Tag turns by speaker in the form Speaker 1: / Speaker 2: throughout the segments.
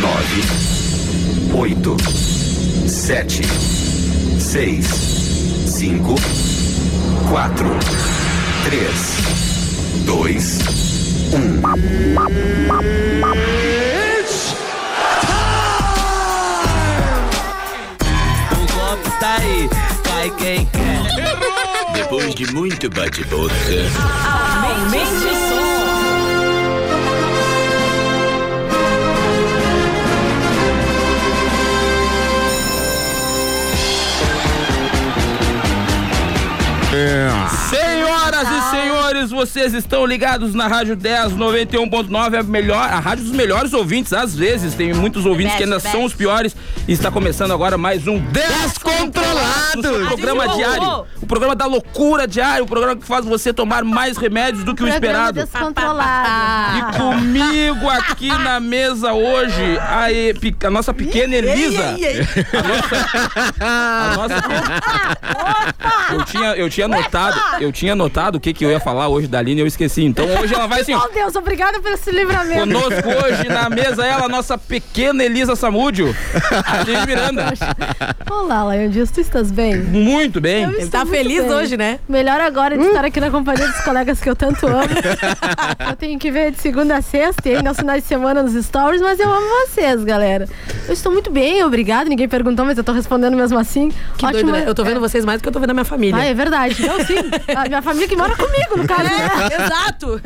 Speaker 1: Nove, oito, sete, seis, cinco, quatro, três, dois,
Speaker 2: O golpe tá aí, vai quem quer.
Speaker 3: Depois de muito bate-boca,
Speaker 4: Aumente o som.
Speaker 2: Senhoras e senhores, vocês estão ligados na Rádio 10 91.9, a melhor, a rádio dos melhores ouvintes, às vezes. Tem muitos ouvintes que ainda
Speaker 4: Best,
Speaker 2: são os piores. E está começando agora mais um Descontrolado! O programa
Speaker 4: Rádio
Speaker 2: diário.
Speaker 4: Horror.
Speaker 2: O programa da loucura diário, o programa que faz você tomar mais remédios do que o
Speaker 5: Programa
Speaker 2: esperado.
Speaker 5: descontrolado.
Speaker 2: E comigo aqui na mesa hoje, a, e- pe- a nossa pequena Elisa. A nossa. Eu tinha, eu tinha notado, eu tinha notado o que, que eu ia falar hoje da Aline, eu esqueci. Então hoje ela vai assim, ó.
Speaker 5: Oh, Deus, obrigada por esse livramento.
Speaker 2: Conosco hoje na mesa ela, a nossa pequena Elisa Samúdio, Aline Miranda.
Speaker 5: Olá, Lion Dias, tu estás bem?
Speaker 2: Muito bem.
Speaker 5: Eu estou
Speaker 4: tá
Speaker 5: muito
Speaker 4: feliz hoje, né?
Speaker 5: Melhor agora de estar aqui na companhia dos colegas que eu tanto amo. eu tenho que ver de segunda a sexta e ainda aos finais de semana nos stories, mas eu amo vocês, galera. Eu estou muito bem, obrigada. Ninguém perguntou, mas eu tô respondendo mesmo assim.
Speaker 4: Que doido, né? Eu tô vendo
Speaker 5: você.
Speaker 4: vocês mais do que eu tô vendo a minha família.
Speaker 5: é. Ah, é verdade. Eu sim. A minha família que mora comigo, no caso. né?
Speaker 4: Exato!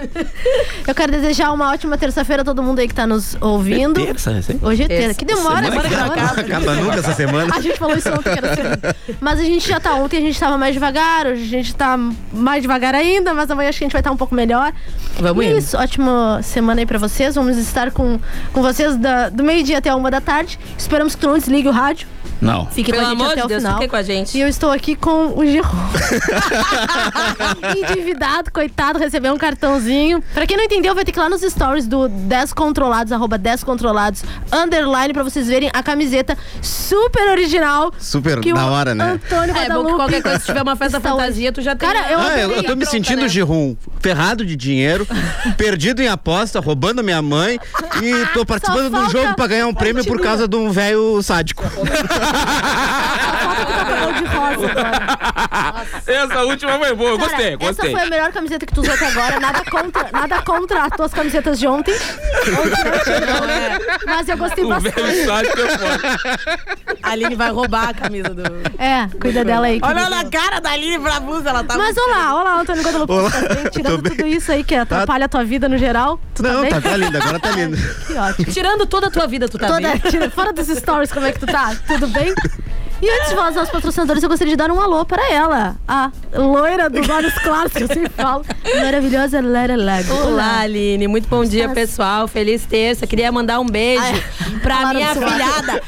Speaker 5: Eu quero desejar uma ótima terça-feira a todo mundo aí que tá nos ouvindo. Hoje é terça.
Speaker 4: Terça.
Speaker 5: Que demora,
Speaker 4: Semana
Speaker 5: essa
Speaker 4: que não
Speaker 5: semana.
Speaker 4: acaba.
Speaker 6: né, Acaba nunca essa semana.
Speaker 5: A gente falou isso ontem, que era assim. Mas a gente já tá ontem, a gente tava mais devagar, hoje a gente tá mais devagar ainda, mas amanhã acho que a gente vai estar um pouco melhor.
Speaker 4: Vamos
Speaker 5: e é
Speaker 4: indo.
Speaker 5: isso, ótima semana aí pra vocês. Vamos estar com, com vocês da- do meio-dia até a uma da tarde. Esperamos que tu não desligue o rádio.
Speaker 2: Não.
Speaker 5: Fique
Speaker 4: Pelo
Speaker 5: com a gente
Speaker 4: amor
Speaker 5: até
Speaker 4: de
Speaker 5: o
Speaker 4: Deus,
Speaker 5: final.
Speaker 4: fiquem com a gente.
Speaker 5: E eu estou aqui com o Gerrô. Endividado, coitado, recebeu um cartãozinho. Pra quem não entendeu, vai ter que ir lá nos stories do Descontrolados, arroba Descontrolados, underline, pra vocês verem a camiseta super original.
Speaker 6: Super
Speaker 5: que o
Speaker 6: da hora, né?
Speaker 5: Antônio
Speaker 4: É bom
Speaker 5: Guadalupe.
Speaker 4: que qualquer coisa, se tiver uma festa
Speaker 5: Está hoje.
Speaker 4: fantasia, tu já tem.
Speaker 5: Cara, eu-
Speaker 6: Ah, eu, eu
Speaker 5: adorei
Speaker 6: tô
Speaker 5: a
Speaker 6: me
Speaker 5: bronca,
Speaker 6: sentindo,
Speaker 5: né?
Speaker 6: Girum, ferrado de dinheiro, perdido em aposta, roubando a minha mãe e tô participando de um
Speaker 5: falta-
Speaker 6: jogo pra ganhar um prêmio por causa de um velho sádico.
Speaker 5: Falta que tá com a mão de rosa agora.
Speaker 2: Essa última foi boa, eu
Speaker 5: Cara,
Speaker 2: gostei, gostei.
Speaker 5: Essa foi a melhor camiseta que tu usou até agora. Nada contra, nada contra as tuas camisetas de ontem.
Speaker 4: Não, né?
Speaker 5: Mas eu gostei
Speaker 2: O
Speaker 5: bastante.
Speaker 2: velho sabe que eu foda.
Speaker 4: A Aline vai roubar a camisa do.
Speaker 5: É, cuida dela aí.
Speaker 4: Olha
Speaker 5: querida.
Speaker 4: na cara da Aline pra blusa, ela tá.
Speaker 5: Mas olá, olá, Ah, Antônio Guadalupe.
Speaker 6: Olá,
Speaker 5: tá bem? Tirando
Speaker 6: tô bem.
Speaker 5: tudo isso aí que atrapalha a tua vida no geral. Tu tá
Speaker 6: Não,
Speaker 5: bem?
Speaker 6: tá, tá lindo, agora tá lindo.
Speaker 5: Que ótimo.
Speaker 4: Tirando toda a tua vida, tu tá
Speaker 5: Toda,
Speaker 4: bem?
Speaker 5: tira, fora dos stories, como é que tu tá? Tudo bem? E antes de falar dos nossos patrocinadores, eu gostaria de dar um alô para ela. A loira dos olhos claros, que eu sempre falo. Maravilhosa Lara Lago.
Speaker 4: Olá, Aline. Muito bom
Speaker 5: é
Speaker 4: dia,
Speaker 5: Estás?
Speaker 4: pessoal. Feliz terça. Queria mandar um beijo
Speaker 5: Ai,
Speaker 4: pra
Speaker 5: falaram
Speaker 4: minha
Speaker 5: do seu lado.
Speaker 4: filhada,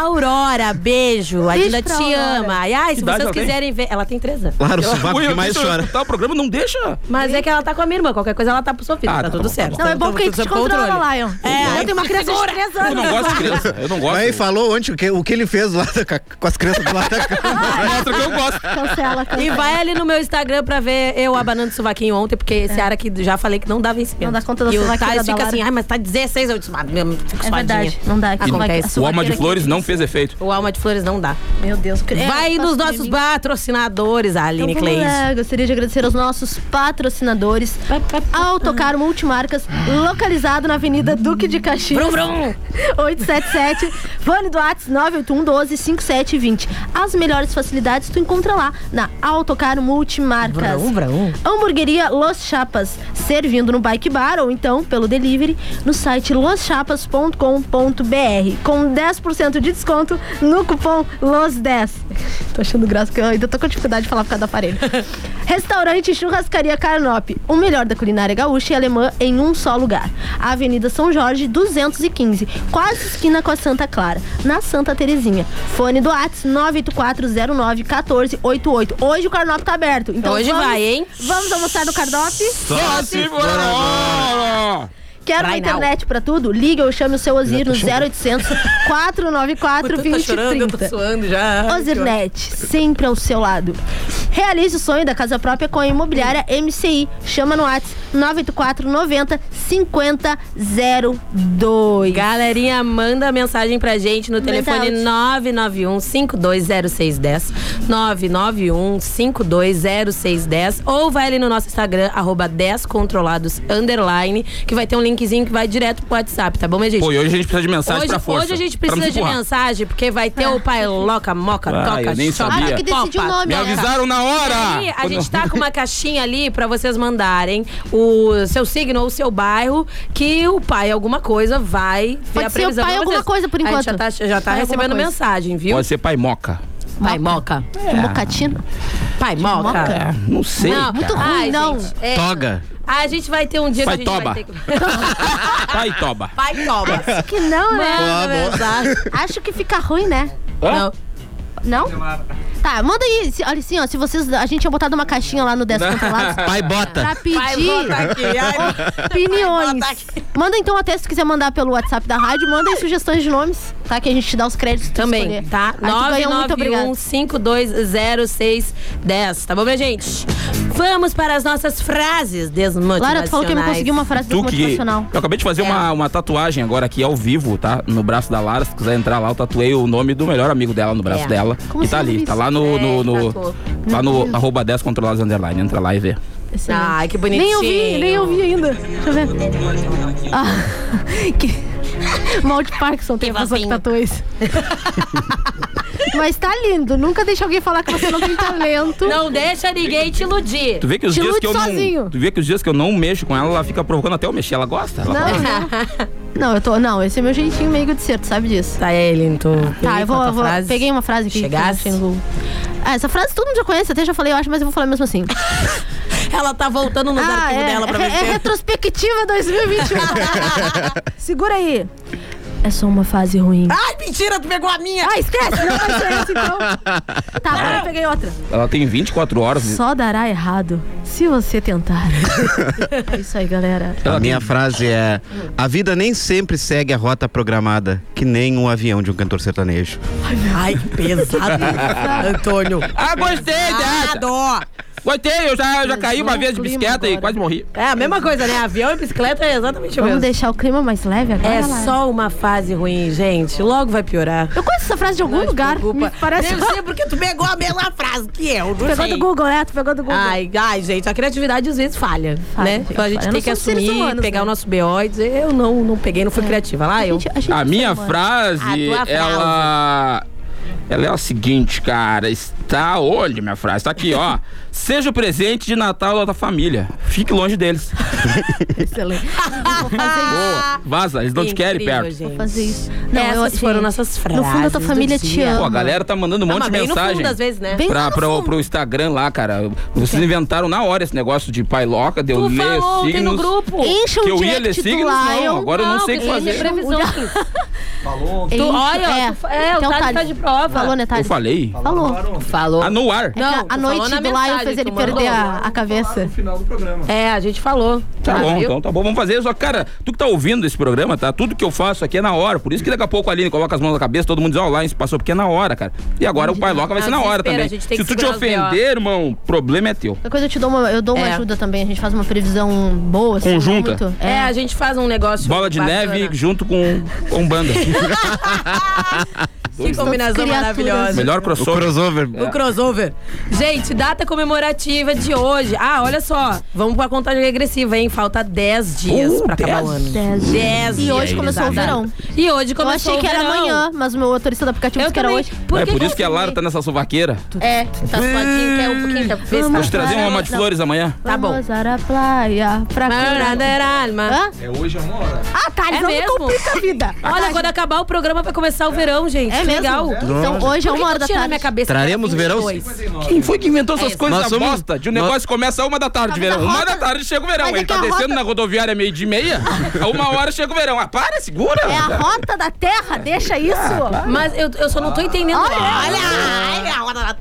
Speaker 4: Aurora. Beijo. A
Speaker 5: Beijo
Speaker 4: Linda
Speaker 5: pra
Speaker 4: te
Speaker 5: Aurora.
Speaker 4: ama. Ai, ai, se
Speaker 2: Que idade
Speaker 4: vocês
Speaker 2: ela tem?
Speaker 4: quiserem ver. Ela tem três anos.
Speaker 6: Claro, o sovaco
Speaker 2: Ui,
Speaker 6: que
Speaker 2: eu
Speaker 6: mais
Speaker 2: disse, eu
Speaker 6: chora.
Speaker 2: escutar O programa não deixa.
Speaker 4: Mas é que ela tá com a minha irmã. Qualquer coisa ela tá pro sofá.
Speaker 2: Ah,
Speaker 4: tá,
Speaker 2: tá
Speaker 4: tudo
Speaker 2: bom,
Speaker 4: certo.
Speaker 5: Não, é bom
Speaker 4: Então,
Speaker 5: que a
Speaker 4: tudo
Speaker 5: gente te
Speaker 4: sob controle.
Speaker 5: controla, Lion.
Speaker 4: É,
Speaker 5: eu tenho uma criança de 3
Speaker 2: Eu não
Speaker 5: anos.
Speaker 2: gosto de criança. Eu não gosto.
Speaker 6: Aí falou ontem o que, o que ele fez lá com a- com as crianças do lado da cama.
Speaker 2: Mostra que eu gosto.
Speaker 5: Cancela, cancela.
Speaker 4: E vai ali no meu Instagram pra ver eu abanando o sovaquinho ontem, porque esse ara que já falei que não dá vencimento.
Speaker 5: É. Não dá conta da
Speaker 4: E o
Speaker 5: sovaqueira
Speaker 4: Thais
Speaker 5: da
Speaker 4: fica
Speaker 5: Lara.
Speaker 4: assim, ai, mas tá 16, eu disse, ah, meu, fico
Speaker 5: É
Speaker 4: suadinha.
Speaker 5: verdade, não dá.
Speaker 4: Acontece.
Speaker 5: Sovaqueira-
Speaker 2: O
Speaker 5: sovaqueira
Speaker 2: alma de
Speaker 5: aqui.
Speaker 2: flores não fez efeito.
Speaker 4: O Alma de Flores não dá.
Speaker 5: Meu Deus, credo.
Speaker 4: Vai
Speaker 5: Tá
Speaker 4: nos nossos
Speaker 5: tremendo.
Speaker 4: patrocinadores, Aline
Speaker 5: Então, vamos
Speaker 4: Cleis.
Speaker 5: lá. Gostaria de agradecer aos nossos patrocinadores. Autocar Multimarcas, localizado na Avenida Duque de Caxias.
Speaker 4: Brum, brum.
Speaker 5: 877. Fone do Whats 981 12 5720. As melhores facilidades tu encontra lá na Autocar Multimarcas.
Speaker 4: Brum, brum.
Speaker 5: Hamburgueria Los Chapas, servindo no Bike Bar ou então pelo delivery no site loschapas.com.br com 10% de desconto no cupom LOS10. Tô achando graça que eu ainda tô com dificuldade de falar por causa do aparelho. Restaurante Churrascaria Carnop, o melhor da culinária gaúcha e alemã em um só lugar. Avenida São Jorge, 215, quase esquina com a Santa Clara, na Santa Terezinha. Fone do Whats 984091488. Hoje o Carnop tá aberto. Então
Speaker 4: Hoje
Speaker 5: vamos-
Speaker 4: vai, hein?
Speaker 5: Vamos almoçar no Cardope?
Speaker 2: Só se for.
Speaker 5: Quer uma
Speaker 4: Right now.
Speaker 5: internet pra tudo? Ligue ou chame o seu Ozir no 0800 494
Speaker 4: Eu tô chorando, eu tô
Speaker 5: 2030.
Speaker 4: suando já.
Speaker 5: Ozirnet, sempre ao seu lado. Realize o sonho da casa própria com a imobiliária MCI. Chama no WhatsApp 984 90 5002.
Speaker 4: Galerinha, manda mensagem pra gente no telefone
Speaker 5: áudio.
Speaker 4: 991-520610. 991-520610. Ou vai ali no nosso Instagram, arroba 10controlados, underline, que vai ter um linkzinho que vai direto pro WhatsApp, tá bom, minha gente?
Speaker 2: Pô, e hoje a gente precisa de mensagem
Speaker 4: Hoje,
Speaker 2: pra força.
Speaker 4: hoje a gente
Speaker 2: pra nos
Speaker 4: precisa de
Speaker 2: empurrar.
Speaker 4: mensagem, porque vai ter o pai Loca, Moca,
Speaker 2: Ah,
Speaker 4: Toca,
Speaker 2: eu nem
Speaker 4: Choca,
Speaker 2: sabia.
Speaker 5: Ah, que decidiu o
Speaker 4: Popa.
Speaker 5: nome,
Speaker 2: Me
Speaker 5: galera.
Speaker 2: avisaram na hora!
Speaker 4: Aí, a gente tá com uma caixinha ali pra vocês mandarem o seu signo ou o seu bairro, que o pai alguma coisa vai ver
Speaker 5: Pode
Speaker 4: a
Speaker 5: ser
Speaker 4: previsão.
Speaker 5: o pai
Speaker 4: pra vocês.
Speaker 5: alguma coisa, por
Speaker 4: A gente
Speaker 5: enquanto.
Speaker 4: já tá, já tá
Speaker 5: Pai alguma
Speaker 4: recebendo
Speaker 5: coisa.
Speaker 4: mensagem, viu?
Speaker 2: Pode ser pai moca.
Speaker 4: Pai Moca.
Speaker 5: Mocatino.
Speaker 4: Pai Moca.
Speaker 2: Ah, É. não sei.
Speaker 4: Não,
Speaker 2: cara.
Speaker 5: Muito ruim,
Speaker 4: Ai,
Speaker 5: não.
Speaker 4: gente, é.
Speaker 6: Toga.
Speaker 4: A gente vai ter um dia
Speaker 2: Pai
Speaker 4: que a gente
Speaker 2: Toba.
Speaker 4: vai ter que...
Speaker 2: Pai toba.
Speaker 4: Pai Toba.
Speaker 5: Que não, né?
Speaker 4: Manda mensagem.
Speaker 5: Acho que fica ruim, né?
Speaker 4: Não.
Speaker 5: Não? Tá, manda aí. se- Olha assim, ó. Se vocês. A gente tinha botado uma caixinha lá no 10 controlados
Speaker 6: Pai bota.
Speaker 5: pra
Speaker 4: Pai Moca
Speaker 5: pedir
Speaker 4: aqui. Ai,
Speaker 5: opiniões.
Speaker 4: Vai botar aqui.
Speaker 5: Manda então até se quiser mandar pelo WhatsApp da rádio, manda aí sugestões de nomes, tá? Que a gente te dá os créditos que tu
Speaker 4: Também,
Speaker 5: escolher.
Speaker 4: tá?
Speaker 5: Aí tu ganha um muito obrigado.
Speaker 4: 991-520610, tá bom, minha gente? Vamos para as nossas frases desmotivacionais.
Speaker 5: Lara, tu falou que eu não consegui uma frase
Speaker 2: Tu que.
Speaker 5: motivacional. É.
Speaker 2: Eu acabei de fazer uma, uma tatuagem agora aqui ao vivo, tá? No braço da Lara. Se quiser entrar lá, eu tatuei o nome do melhor amigo dela no braço
Speaker 4: É.
Speaker 2: dela.
Speaker 5: Como
Speaker 2: e tá
Speaker 5: você
Speaker 2: ali. Tá
Speaker 5: sabe isso? né? Tá
Speaker 2: lá no.
Speaker 4: É,
Speaker 2: no, no-
Speaker 4: tatuou.
Speaker 2: lá no arroba 10 controlados underline. Entra lá e vê.
Speaker 5: Excelente.
Speaker 4: Ai, que bonitinho.
Speaker 5: Nem ouvi, nem ouvi ainda. Deixa eu ver. Ah, que... Malte Parkinson tem
Speaker 4: Que
Speaker 5: a pessoa que
Speaker 4: vapinho.
Speaker 5: tatuou isso. Mas tá lindo. Nunca deixa alguém falar que você não tem talento.
Speaker 4: Não deixa ninguém te iludir.
Speaker 2: Tu vê que os
Speaker 5: Te
Speaker 2: dias que eu
Speaker 5: lute sozinho.
Speaker 2: não. Tu vê que os dias que eu não mexo com ela, ela fica provocando até eu mexer. Ela gosta. Ela
Speaker 5: Não,
Speaker 2: gosta.
Speaker 5: não. Não, eu tô. Não, esse é meu jeitinho meio de ser, tu sabe disso.
Speaker 4: Tá, Ellen, tu...
Speaker 5: Tá, eu vou. eu vou- peguei uma frase aqui. que eu
Speaker 4: Chegasse.
Speaker 5: achei no Google. Ah, essa frase todo mundo já conhece, até já falei, eu acho, mas eu vou falar mesmo assim.
Speaker 4: Ela tá voltando nos
Speaker 5: Ah,
Speaker 4: arquivos
Speaker 5: é,
Speaker 4: dela pra
Speaker 5: é,
Speaker 4: ver
Speaker 5: é
Speaker 4: se...
Speaker 5: retrospectiva 2021. Segura aí. É só uma fase ruim.
Speaker 4: Ai, mentira, tu pegou a minha!
Speaker 5: Ah, esquece! Não vai ser essa, então. Tá, agora eu peguei outra.
Speaker 2: Ela tem 24 horas. de-
Speaker 5: Só dará errado se você tentar. é isso aí, galera.
Speaker 6: A minha frase é: A vida nem sempre segue a rota programada, que nem um avião de um cantor sertanejo.
Speaker 4: Ai, que pesado, Antônio.
Speaker 2: Ah, gostei dessa!
Speaker 4: Pesado!
Speaker 2: Gostei, eu já, eu já caí uma
Speaker 5: Pesou
Speaker 2: vez de
Speaker 5: o é clima
Speaker 2: bicicleta e
Speaker 5: agora.
Speaker 2: quase morri.
Speaker 4: É a mesma coisa, né? Avião e bicicleta é exatamente o
Speaker 5: Vamos
Speaker 4: mesmo.
Speaker 5: deixar o clima mais leve agora?
Speaker 4: É
Speaker 5: Lara?
Speaker 4: só uma fase ruim, gente. Logo vai piorar.
Speaker 5: Eu conheço essa frase de algum
Speaker 4: Não te
Speaker 5: lugar.
Speaker 4: preocupa.
Speaker 5: Me parece.
Speaker 4: Deve ser porque tu pegou a mesma frase que é, eu, não
Speaker 5: Pegou
Speaker 4: sei.
Speaker 5: do Google, né? Tu pegou do Google.
Speaker 4: Ai, ai, gente, a criatividade às vezes falha,
Speaker 5: Falha,
Speaker 4: né? Então a gente
Speaker 5: falha.
Speaker 4: tem
Speaker 5: Nós
Speaker 4: que
Speaker 5: somos seres
Speaker 4: assumir,
Speaker 5: humanos,
Speaker 4: pegar
Speaker 5: né? É.
Speaker 4: o nosso BO e dizer, eu não, não peguei, não fui criativa. Lá eu.
Speaker 5: Gente, gente
Speaker 2: A
Speaker 5: é
Speaker 2: minha
Speaker 5: ser humano.
Speaker 4: A
Speaker 2: frase,
Speaker 4: tua frase.
Speaker 2: ela. Ela é a seguinte, cara. Está onde minha frase? Está aqui, ó. Seja o presente de Natal da tua família. Fique longe deles.
Speaker 5: Excelente. Vou fazer isso.
Speaker 2: Boa. Vaza, eles não te querem
Speaker 4: Incrível,
Speaker 2: perto.
Speaker 4: gente.
Speaker 5: Vou fazer isso.
Speaker 4: Essas foram
Speaker 5: gente,
Speaker 4: nossas
Speaker 5: No fundo, a
Speaker 4: frases
Speaker 5: tua
Speaker 4: do
Speaker 5: família te
Speaker 4: dia.
Speaker 5: ama.
Speaker 2: Pô, a galera tá mandando um
Speaker 4: Ah,
Speaker 2: monte
Speaker 4: mas
Speaker 2: de
Speaker 4: bem no
Speaker 2: mensagem.
Speaker 4: fundo, às vezes, né?
Speaker 5: Bem lá
Speaker 2: Pra,
Speaker 5: no
Speaker 2: pra-
Speaker 5: fundo.
Speaker 2: pro Instagram lá, cara. Vocês inventaram na hora esse negócio de pai loca, deu
Speaker 4: Tu
Speaker 2: ler
Speaker 4: falou ontem no
Speaker 2: signos.
Speaker 4: grupo.
Speaker 5: Encha
Speaker 2: Que
Speaker 5: o
Speaker 2: eu ia ler
Speaker 5: direct do
Speaker 2: signos, não.
Speaker 5: um Lion.
Speaker 2: Agora eu não sei o que
Speaker 4: que
Speaker 2: fazer.
Speaker 4: existe previsão.
Speaker 5: Enche-
Speaker 4: Tu, olha, ó, tu fa- é, o
Speaker 5: É Então,
Speaker 4: Thales tá de prova.
Speaker 5: Falou, né,
Speaker 2: Eu
Speaker 5: Thales?
Speaker 2: falei.
Speaker 5: Falou.
Speaker 4: Falou.
Speaker 2: Ah, no ar.
Speaker 4: Não,
Speaker 5: a
Speaker 4: tu falou
Speaker 5: noite
Speaker 4: na
Speaker 5: do Lion
Speaker 4: mensagem,
Speaker 5: fez ele
Speaker 4: tu mandou.
Speaker 5: perder a, a cabeça.
Speaker 4: É, a gente falou.
Speaker 2: Tá
Speaker 4: Ah,
Speaker 2: bom,
Speaker 4: viu?
Speaker 2: então tá bom. Vamos fazer isso. Cara, tu que tá ouvindo esse programa, tá? Tudo que eu faço aqui é na hora. Por isso que daqui a pouco a Aline coloca as mãos na cabeça, todo mundo diz, ó, lá, isso passou porque é na hora, cara. E agora o pai loca vai
Speaker 4: Ah,
Speaker 2: ser na hora
Speaker 4: desespero,
Speaker 2: também.
Speaker 4: a gente tem
Speaker 2: Se
Speaker 4: que
Speaker 2: tu te
Speaker 4: segurar os B.O.
Speaker 2: ofender, irmão, problema é teu.
Speaker 5: Depois eu te dou uma, eu dou uma
Speaker 4: É.
Speaker 5: ajuda também. A gente faz uma previsão boa. assim,
Speaker 2: Conjunta.
Speaker 5: muito.
Speaker 4: É, a gente faz um negócio.
Speaker 2: Bola de
Speaker 4: bacana.
Speaker 2: neve junto com, com banda.
Speaker 4: Que combinação
Speaker 5: Criaturas.
Speaker 4: maravilhosa.
Speaker 2: Melhor
Speaker 6: O
Speaker 2: crossover. É.
Speaker 6: crossover.
Speaker 4: O crossover. Gente, data comemorativa de hoje. Ah, olha só. Vamos pra contagem regressiva, hein? Falta 10 dias
Speaker 2: Uh,
Speaker 4: pra acabar
Speaker 2: 10?
Speaker 4: o ano.
Speaker 5: Dez.
Speaker 4: 10
Speaker 5: E hoje começou o verão.
Speaker 4: E hoje
Speaker 5: Eu
Speaker 4: começou
Speaker 5: achei que
Speaker 4: o
Speaker 5: era
Speaker 4: verão.
Speaker 5: amanhã, mas o meu motorista do aplicativo
Speaker 4: Eu
Speaker 5: disse que era
Speaker 4: também.
Speaker 5: hoje.
Speaker 2: é por
Speaker 4: que
Speaker 2: isso que a Lara tá nessa sovaqueira.
Speaker 4: É, tá suadinho, quer um pouquinho da festa.
Speaker 2: Vou te trazer um amor de flores amanhã.
Speaker 4: Tá bom.
Speaker 5: Vamos para a praia pra curar.
Speaker 4: Hã?
Speaker 5: Hã? É hoje, é uma hora. Ah, tá. Eles
Speaker 4: É
Speaker 5: não me
Speaker 4: mesmo?
Speaker 5: complica a vida.
Speaker 4: Olha, quando acabar o programa vai começar o verão, gente.
Speaker 5: É
Speaker 4: Que
Speaker 5: mesmo?
Speaker 4: Legal.
Speaker 5: Então hoje é
Speaker 4: Por que
Speaker 5: uma hora
Speaker 4: que
Speaker 5: da
Speaker 4: eu tinha na
Speaker 5: tarde.
Speaker 4: minha cabeça que era
Speaker 6: Traremos verão?
Speaker 4: 22?
Speaker 2: Quem foi que inventou
Speaker 4: É
Speaker 2: essas coisas
Speaker 6: Nós
Speaker 2: da
Speaker 6: somos-
Speaker 2: bosta? De um
Speaker 6: nós-
Speaker 2: negócio que começa a uma da tarde de
Speaker 5: É Mas a
Speaker 2: verão. Uma
Speaker 5: rota-
Speaker 2: da tarde chega o verão.
Speaker 5: Mas é
Speaker 2: Ele tá
Speaker 5: que a
Speaker 2: descendo
Speaker 5: rota-
Speaker 2: na rodoviária meio de meia. A uma hora chega o verão. Ah, para, segura.
Speaker 5: É a rota da terra, deixa isso.
Speaker 2: Ah,
Speaker 4: Mas eu, eu só não tô entendendo.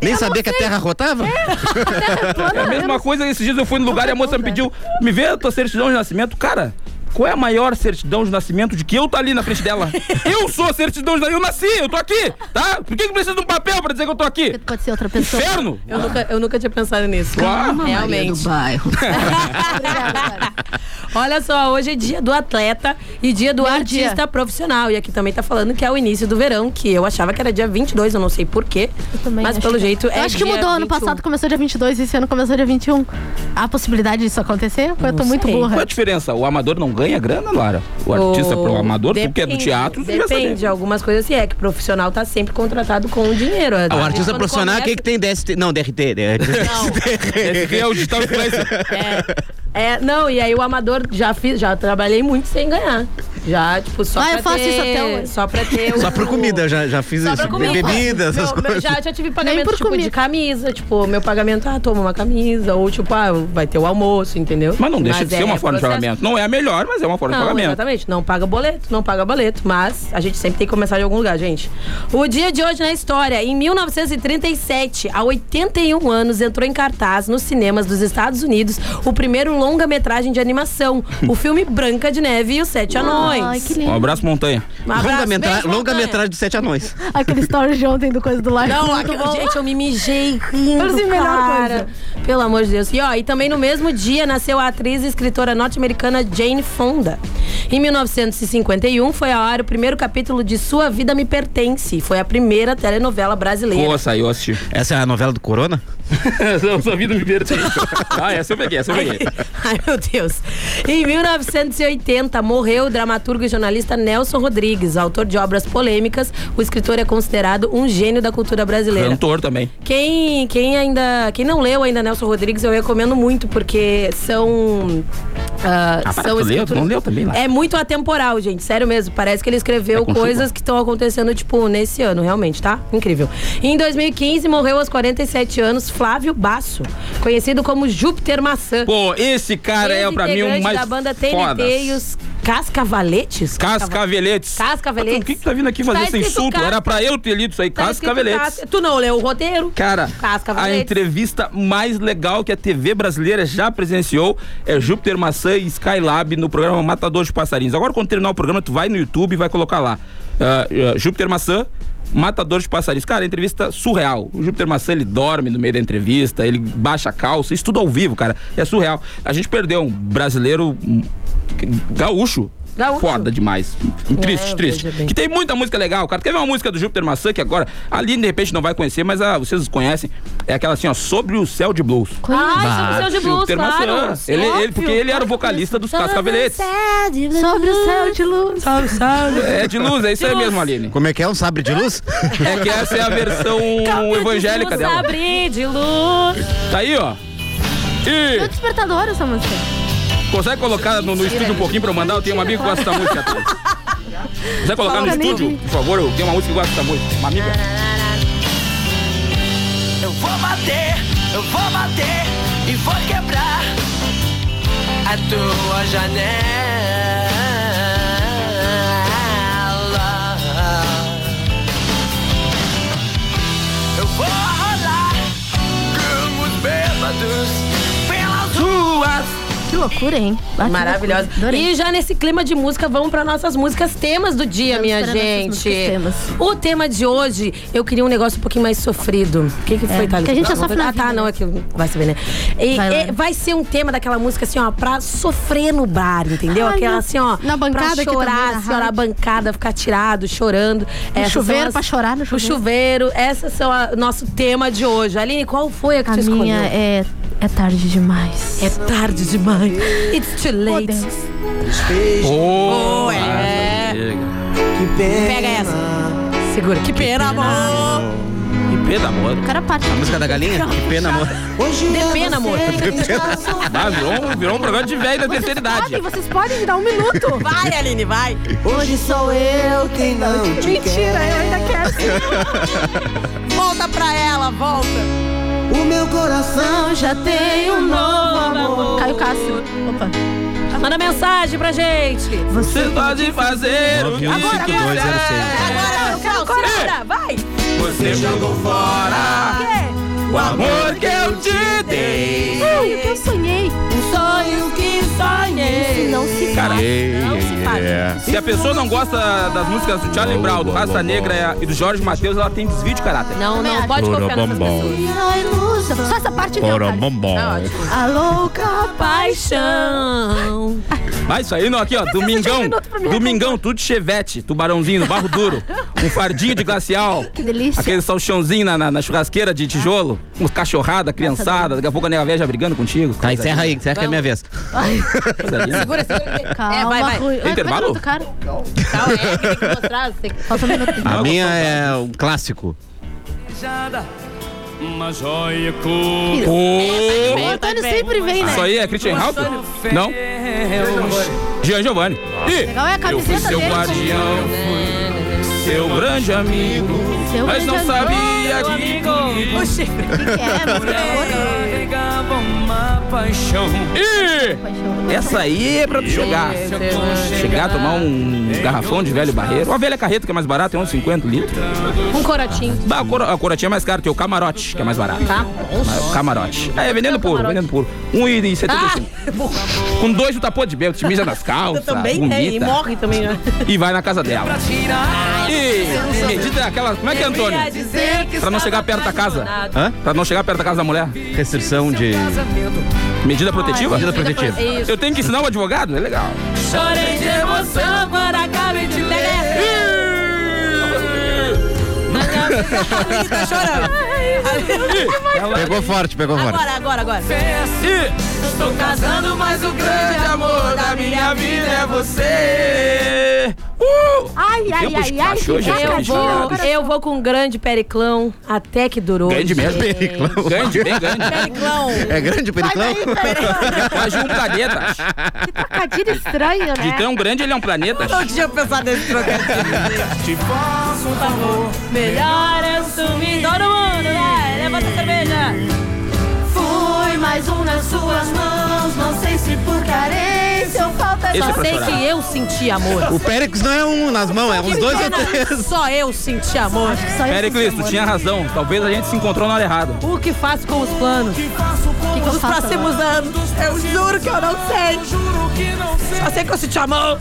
Speaker 6: Nem sabia que a terra rotava?
Speaker 5: é
Speaker 2: É a mesma coisa, esses dias eu fui no lugar e a moça me pediu, me vê a tua certidão de nascimento. Cara, Qual é a maior certidão de nascimento de que eu tá ali na frente dela? eu sou a certidão de nascimento, eu nasci, eu tô aqui, tá? Por que, que precisa de um papel pra dizer que eu tô aqui?
Speaker 5: Pode ser outra pessoa.
Speaker 2: É um Inferno!
Speaker 4: Eu nunca, eu nunca tinha pensado nisso.
Speaker 2: Claro. Calma,
Speaker 7: Maria do
Speaker 4: Realmente.
Speaker 7: bairro.
Speaker 4: Olha só, hoje é dia do atleta e dia do
Speaker 5: Meu
Speaker 4: artista
Speaker 5: dia.
Speaker 4: profissional. E aqui também tá falando que é o início do verão, que eu achava que era dia 22, eu não sei porquê.
Speaker 5: Eu também
Speaker 4: Mas
Speaker 5: acho
Speaker 4: pelo
Speaker 5: que-
Speaker 4: jeito é.
Speaker 5: Eu acho que
Speaker 4: dia
Speaker 5: mudou. Ano
Speaker 4: 21.
Speaker 5: passado começou dia 22 e esse ano começou dia 21. Há possibilidade disso acontecer? Ou eu tô
Speaker 4: Não
Speaker 5: muito
Speaker 4: sei.
Speaker 2: Qual é a
Speaker 5: burra?
Speaker 2: diferença? O amador não ganha grana, Lara? O artista
Speaker 4: O-
Speaker 2: pro amador, porque é do
Speaker 4: Depende,
Speaker 2: teatro, você já
Speaker 4: Depende,
Speaker 2: sabe.
Speaker 4: algumas coisas assim. É que profissional tá sempre contratado com o dinheiro.
Speaker 6: Ah, o artista profissional,
Speaker 2: é
Speaker 6: o que, que tem DST? Não, DRT. DRT.
Speaker 2: Esse aqui é o digital influencer.
Speaker 4: É, é, não, e aí o amador já fiz, já trabalhei muito sem ganhar. Já, tipo, só
Speaker 5: Ah,
Speaker 4: pra
Speaker 5: eu faço
Speaker 4: ter,
Speaker 5: isso até hoje.
Speaker 4: Só pra
Speaker 8: É,
Speaker 4: ter o-
Speaker 6: Só por comida, eu já, já fiz
Speaker 4: Só
Speaker 6: isso.
Speaker 4: pra comida.
Speaker 6: Bebida, essas
Speaker 4: Meu- meu-
Speaker 6: coisas.
Speaker 4: Já, já tive pagamento
Speaker 5: por
Speaker 4: tipo,
Speaker 5: comida.
Speaker 4: de camisa. Tipo, meu pagamento, ah, toma uma camisa. Ou tipo, ah, vai ter o almoço, entendeu?
Speaker 2: Mas não deixa de ser
Speaker 4: é
Speaker 2: uma forma de
Speaker 4: processo.
Speaker 2: pagamento. Não é a melhor, mas é uma forma de
Speaker 4: Não,
Speaker 2: pagamento.
Speaker 4: exatamente. Não paga boleto, não paga boleto. Mas a gente sempre tem que começar de algum lugar, gente. O dia de hoje na história, em 1937, há 81 anos, entrou em cartaz nos cinemas dos Estados Unidos o primeiro longa-metragem de animação, o filme Branca de Neve e os Sete Anões.
Speaker 5: Ai, que
Speaker 2: Um
Speaker 5: lindo.
Speaker 2: abraço, montanha.
Speaker 4: Um abraço,
Speaker 6: Longa-metra-
Speaker 4: beijo, Montanha.
Speaker 6: Longa-metragem de Sete Anões.
Speaker 5: Aquele story de ontem do coisa do live.
Speaker 4: Não,
Speaker 5: Muito
Speaker 4: aquele-
Speaker 5: bom.
Speaker 4: gente, eu me mijei rindo,
Speaker 5: Parece a melhor
Speaker 4: cara. Pelo amor de Deus. E ó, e também no mesmo dia nasceu a atriz e escritora norte-americana Jane Fonda. Em 1951 foi ao ar o primeiro capítulo de Sua Vida Me Pertence. Foi a primeira telenovela brasileira.
Speaker 2: Pô, saiu, Ah, assisti.
Speaker 6: Essa é a novela do Corona?
Speaker 2: Sua vida me pertence. Ah, essa eu peguei, essa eu peguei.
Speaker 4: Ai, meu Deus. Em 1980, morreu o dramaturgo e jornalista Nelson Rodrigues, autor de obras polêmicas. O escritor é considerado um gênio da cultura brasileira.
Speaker 2: Cantor também.
Speaker 4: Quem, quem ainda. Quem não leu ainda Nelson Rodrigues, eu recomendo muito, porque são. ah,
Speaker 2: Ah, para, tu leu? Tu
Speaker 4: escrituras-
Speaker 2: não leu também lá?
Speaker 4: É muito atemporal, gente. Sério mesmo. Parece que ele
Speaker 2: É
Speaker 4: escreveu
Speaker 2: com
Speaker 4: coisas
Speaker 2: chuva.
Speaker 4: que estão acontecendo, tipo, nesse ano, realmente, tá? Incrível. Em 2015, morreu aos 47 anos Flávio Basso, conhecido como Júpiter Maçã.
Speaker 2: Pô, esse cara é pra mim o
Speaker 4: Ex-integrante
Speaker 2: mais
Speaker 4: da banda TNT
Speaker 2: foda.
Speaker 4: e os Cascavaletes?
Speaker 2: Cascaveletes. Ah,
Speaker 4: Cascaveletes.
Speaker 2: tu, Por que, que tu tá vindo aqui fazer
Speaker 4: Tá
Speaker 2: esse
Speaker 4: escrito
Speaker 2: insulto?
Speaker 4: casca-
Speaker 2: Era pra eu ter lido isso aí.
Speaker 4: Tá escrito
Speaker 2: Cascaveletes.
Speaker 4: Casca- Tu não leu o roteiro?
Speaker 2: Cara, a
Speaker 4: Cascaveletes.
Speaker 2: entrevista mais legal que a TV brasileira já presenciou é Júpiter Maçã e Skylab no programa Matador de Passarinhos. Agora, quando terminar o programa, tu vai no YouTube e vai colocar lá. ah, ah, Júpiter Maçã. Matador de passarinhos. Cara, é entrevista surreal. O Júpiter Maçã, ele dorme no meio da entrevista, ele baixa a calça, isso tudo ao vivo, cara. É surreal. A gente perdeu um brasileiro um, gaúcho.
Speaker 4: Gaúcho.
Speaker 2: Foda demais. Triste,
Speaker 4: É,
Speaker 2: triste.
Speaker 4: veja bem.
Speaker 2: Que tem muita música legal, cara. Quer ver uma música do Júpiter Maçã que agora, ali de repente não vai conhecer, mas ah, vocês conhecem. É aquela assim, ó, Sobre o Céu de Blues.
Speaker 4: Ah, sobre o céu de blues,
Speaker 2: Júpiter
Speaker 4: claro.
Speaker 2: Maçã. Ele, ele- porque ele era o vocalista dos Cascaveletes.
Speaker 5: Sobre o céu de luz.
Speaker 4: Salve, salve.
Speaker 2: É de luz, é isso aí mesmo, Aline.
Speaker 6: Como é que é? Um sabre de luz?
Speaker 2: É que essa é a versão evangélica
Speaker 4: de luz,
Speaker 2: dela.
Speaker 4: Abre de luz.
Speaker 2: Tá aí, ó.
Speaker 5: Meu
Speaker 2: E
Speaker 5: despertador essa música.
Speaker 2: consegue colocar no, no estúdio um pouquinho pra eu mandar? Eu tenho um amigo que gosta dessa música. atrás. Consegue colocar no
Speaker 5: Coloca nem
Speaker 2: estúdio,
Speaker 5: vi.
Speaker 2: por favor? Eu tenho uma música que gosta dessa música. Uma amiga.
Speaker 9: Eu vou bater, eu vou bater e vou quebrar a tua janela. Eu vou rolar com os bêbados pelas
Speaker 5: Que loucura, hein? Ah, que
Speaker 4: Maravilhosa.
Speaker 5: loucura. Adorei.
Speaker 4: E já nesse clima de música, vamos para nossas músicas temas do dia,
Speaker 5: Vamos
Speaker 4: minha
Speaker 5: para nossas
Speaker 4: gente.
Speaker 5: músicas temas.
Speaker 4: O tema de hoje, eu queria um negócio um pouquinho mais sofrido. O que, que foi, Thalita?
Speaker 5: porque É. a gente já sofre na
Speaker 4: Ah, tá,
Speaker 5: vida,
Speaker 4: não,
Speaker 5: né?
Speaker 4: é que vai saber, né? E, e-
Speaker 5: Vai
Speaker 4: vai,
Speaker 5: lá.
Speaker 4: ser um tema daquela música assim, ó, pra sofrer no bar, entendeu?
Speaker 5: Ai,
Speaker 4: Aquela
Speaker 5: meu-
Speaker 4: assim, ó.
Speaker 5: na bancada
Speaker 4: pra
Speaker 5: aqui
Speaker 4: chorar,
Speaker 5: também, na
Speaker 4: assim, ó, na
Speaker 5: rádio.
Speaker 4: bancada, ficar tirado, chorando. Essas são
Speaker 5: chuveiro, pra chorar no
Speaker 4: O chuveiro, essas são a- nosso tema de hoje. Aline, qual foi a que
Speaker 5: A
Speaker 4: tu escolheu?
Speaker 5: minha é, é tarde demais.
Speaker 4: É tarde demais. It's too
Speaker 5: Oh,
Speaker 4: late.
Speaker 5: Deus.
Speaker 2: Pô,
Speaker 4: é.
Speaker 2: essa amiga.
Speaker 4: Pega essa. Segura. Que pena, amor.
Speaker 2: Que pena, da moda.
Speaker 5: O cara parte.
Speaker 6: Música da galinha? Que pena, amor.
Speaker 4: De pena, amor.
Speaker 2: Ah, virou, um- virou um programa de velho da terceira idade.
Speaker 5: Podem, vocês podem me dar um minuto.
Speaker 4: Vai, Aline, vai.
Speaker 9: Hoje sou eu quem não te
Speaker 5: Mentira, eu ainda quero.
Speaker 4: Volta pra ela, volta.
Speaker 9: O meu coração já
Speaker 5: Tem um novo amor. Caio Cássio. Opa.
Speaker 4: Manda mensagem pra gente.
Speaker 2: Você pode fazer o que
Speaker 6: Agora, agora.
Speaker 2: quiser.
Speaker 4: Agora, Celso, manda, vai.
Speaker 2: Você jogou fora o o amor que eu te dei.
Speaker 5: Ai, eu sonhei.
Speaker 8: Um sonho que sonhei.
Speaker 5: Não se
Speaker 2: Cara,
Speaker 5: faz.
Speaker 6: Ei,
Speaker 8: Não se faz.
Speaker 6: é.
Speaker 2: Se a pessoa não gosta das músicas do Charlie
Speaker 6: Boa,
Speaker 2: Brown, do
Speaker 6: boa,
Speaker 2: Raça
Speaker 6: boa,
Speaker 2: Negra e do Jorge Matheus, ela tem desvio de caráter.
Speaker 8: Não, não pode confiar nessas pessoas.
Speaker 5: Ai, Lusa. Só essa parte não, cara.
Speaker 8: Tá ótimo.
Speaker 5: A louca
Speaker 8: Paixão.
Speaker 2: Mas isso aí não, aqui ó,
Speaker 5: um
Speaker 2: domingão,
Speaker 5: minuto pra me
Speaker 2: domingão, tudo de chevette, tubarãozinho, no barro duro, um fardinho de glacial.
Speaker 5: Que delícia.
Speaker 2: Aquele salchãozinho na, na- na churrasqueira de tijolo, uma cachorrada, criançada, daqui a pouco a nega velha já brigando contigo.
Speaker 6: Tá, encerra aí, encerra que é
Speaker 8: Vamos.
Speaker 6: minha vez.
Speaker 2: Coisa linda.
Speaker 8: Segura, segura.
Speaker 5: Calma,
Speaker 8: é, vai, vai.
Speaker 5: Rui. Ai, como é que é o
Speaker 2: intervalo?
Speaker 5: nome do cara?
Speaker 8: Calma, é, que tem que mostrar. tem que-
Speaker 5: Falta um minuto.
Speaker 6: A minha é um clássico.
Speaker 10: Uma joia com
Speaker 2: Ô,
Speaker 5: O Antônio sempre vem, né?
Speaker 2: Isso aí é Christian Ralph? Não? Jean Giovanni. E
Speaker 5: Legal é a
Speaker 2: eu fui
Speaker 5: camiseta
Speaker 2: seu
Speaker 5: dele.
Speaker 2: guardião,
Speaker 5: É.
Speaker 2: seu grande amigo,
Speaker 5: Seu
Speaker 2: mas não
Speaker 5: grande amigo.
Speaker 2: sabia que...
Speaker 8: Oxi.
Speaker 5: É, mas é
Speaker 10: uma paixão.
Speaker 2: Ih!
Speaker 5: outro.
Speaker 2: Essa aí é pra tu chegar. Chegar, a tomar um garrafão de velho barreiro. Uma velha carreta que é mais barata, é uns 50 litros.
Speaker 8: Um corotinho.
Speaker 2: Bah, a cora- a corotinha é mais cara, tem o camarote, que é mais barato.
Speaker 8: Tá?
Speaker 2: Mas Camarote. É, vendendo puro, vendendo um puro.
Speaker 8: Ah,
Speaker 2: 1,75.
Speaker 4: Ah!
Speaker 2: Com dois tu tapou de bem, tu te mija nas calças.
Speaker 8: também tem. E
Speaker 2: bonita.
Speaker 8: morre também, né?
Speaker 2: e vai na casa dela. E medida aquela. Como é que é, Antônio? Pra não chegar perto da casa.
Speaker 6: Hã?
Speaker 2: Pra não chegar perto da casa da mulher.
Speaker 6: Restrição de
Speaker 2: Medida protetiva?
Speaker 6: medida protetiva.
Speaker 8: Isso.
Speaker 2: Eu tenho que ensinar o advogado? É legal.
Speaker 8: Chorei de emoção quando acabei de ler. Ele tá chorando.
Speaker 2: Ela-
Speaker 6: Pegou forte, pegou forte.
Speaker 8: Agora, agora, agora.
Speaker 2: E
Speaker 8: Estou casando, mas o grande
Speaker 2: amor da minha vida é você. Uh!
Speaker 5: Ai, ai,
Speaker 2: Tempo
Speaker 5: ai, ai.
Speaker 2: escasso hoje,
Speaker 5: que
Speaker 2: gente.
Speaker 8: Eu
Speaker 5: sacanagem.
Speaker 8: vou, eu vou com um grande periclão até que durou.
Speaker 2: Grande mesmo.
Speaker 6: Periclão.
Speaker 2: Grande, bem grande.
Speaker 8: Periclão.
Speaker 6: É grande o periclão?
Speaker 2: Quase um planeta.
Speaker 5: Trocadilho estranho, né?
Speaker 2: De tão grande ele é um planeta.
Speaker 8: tinha pensado nesse trocadilho. um Melhor eu sumir. Todo mundo, né? Levanta a cerveja.
Speaker 11: Fui mais um nas suas mãos, não sei se por carência ou falta
Speaker 2: Esse é
Speaker 8: Só
Speaker 2: pra
Speaker 8: sei
Speaker 2: chorar.
Speaker 8: que eu senti amor.
Speaker 6: O Péricles não é um nas mãos, é uns dois ou três.
Speaker 8: Só eu senti amor.
Speaker 5: Só esse
Speaker 2: Pericles, tu
Speaker 5: amor.
Speaker 2: tinha razão. Talvez a gente se encontrou na hora errada.
Speaker 8: O que faço com os planos?
Speaker 5: que eu
Speaker 8: Nos
Speaker 5: faço
Speaker 8: próximos anos, eu juro que eu não sei. Só sei que eu senti amor.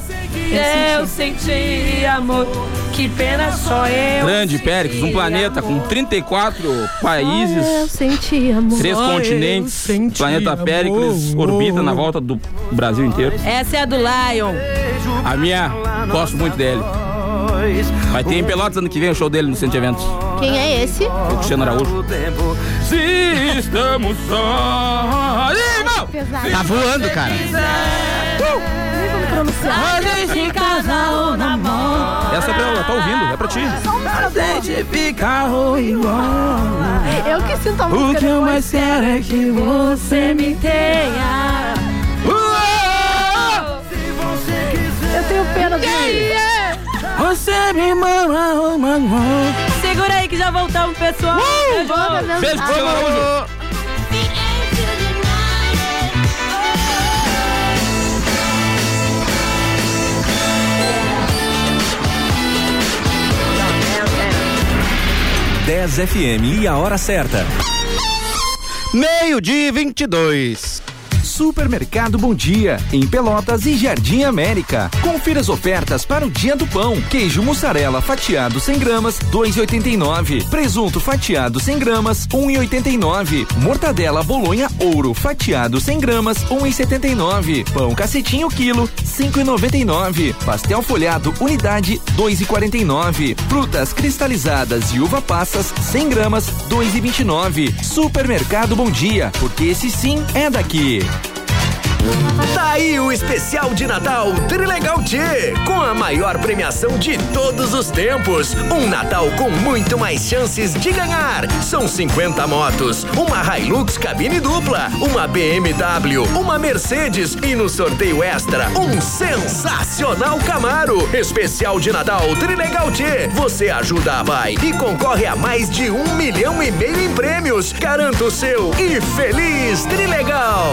Speaker 8: Eu senti amor. Que pena só eu.
Speaker 2: Grande Péricles, um planeta com 34 países,
Speaker 5: senti amor.
Speaker 2: três
Speaker 8: Só eu
Speaker 2: continentes. O
Speaker 8: senti
Speaker 2: planeta Péricles orbita na volta do Brasil inteiro.
Speaker 8: Essa é a do Lion.
Speaker 2: A minha, gosto muito dele. Vai ter em Pelotas ano que vem o show dele no centro de eventos.
Speaker 5: Quem é esse?
Speaker 2: O Cristiano Araújo. Se estamos só. Ih, irmão!
Speaker 5: Pesado. Uhum.
Speaker 6: Tá voando, cara.
Speaker 8: A gente casal na mão.
Speaker 2: Essa é pra eu, tá ouvindo, é pra ti.
Speaker 5: Eu que sinto a
Speaker 2: O
Speaker 5: música
Speaker 2: que eu
Speaker 5: depois.
Speaker 2: mais quero é que
Speaker 8: Você me tenha.
Speaker 5: Eu tenho pena dele.
Speaker 2: é? Você me mama, oh, mano.
Speaker 8: Segura aí que já voltamos, pessoal. Beijo.
Speaker 5: Manda mensagem.
Speaker 2: Beijo, Cristiano Araújo.
Speaker 12: FM e a hora certa.
Speaker 6: Meio-dia e 22.
Speaker 12: Supermercado Bom Dia, em Pelotas e Jardim América. Confira as ofertas para o Dia do Pão. Queijo mussarela fatiado 100 gramas, 2,89. Presunto fatiado 100 gramas, 1,89. Mortadela bolonha ouro fatiado 100 gramas, 1,79. Pão cacetinho quilo, 5,99. Pastel folhado unidade, 2,49. Frutas cristalizadas e uva passas 100 gramas, 2,29. Supermercado Bom Dia, porque esse sim é daqui.
Speaker 13: Tá aí o especial de Natal Trilegal T, com a maior premiação de todos os tempos. Um Natal com muito mais chances de ganhar. São 50 motos, uma Hilux cabine dupla, uma BMW, uma Mercedes e no sorteio extra, um sensacional Camaro. Especial de Natal Trilegal T. Você ajuda a Pai e concorre a mais de um milhão e meio em prêmios. Garanta o seu e feliz Trilegal!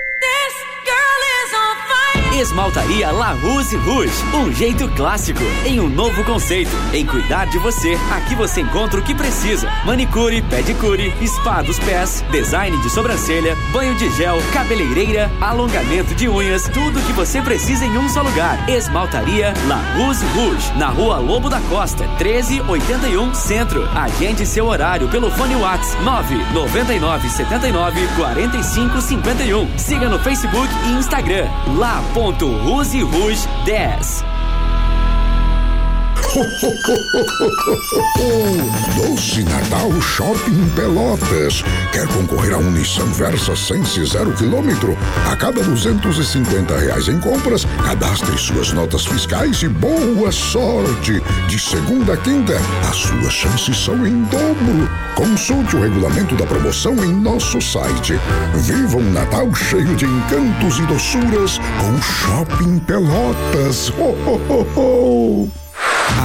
Speaker 10: Esmaltaria La Rose Rouge, um jeito clássico, em um novo conceito, em cuidar de você. Aqui você encontra o que precisa: manicure, pedicure, spa dos pés, design de sobrancelha, banho de gel, cabeleireira, alongamento de unhas, tudo que você precisa em um só lugar. Esmaltaria La Rose Rouge, na Rua Lobo da Costa, 1381 Centro. Agende seu horário pelo fone Whats 999 79 45 51. Siga no Facebook e Instagram lá.ruseruge 10.
Speaker 14: Doce Natal Shopping Pelotas. Quer concorrer a um Nissan Versa Sense zero quilômetro? A cada 250 reais em compras, cadastre suas notas fiscais e boa sorte. De segunda a quinta, as suas chances são em dobro. Consulte o regulamento da promoção em nosso site. Viva um Natal cheio de encantos e doçuras com Shopping Pelotas. Ho, ho, ho, ho.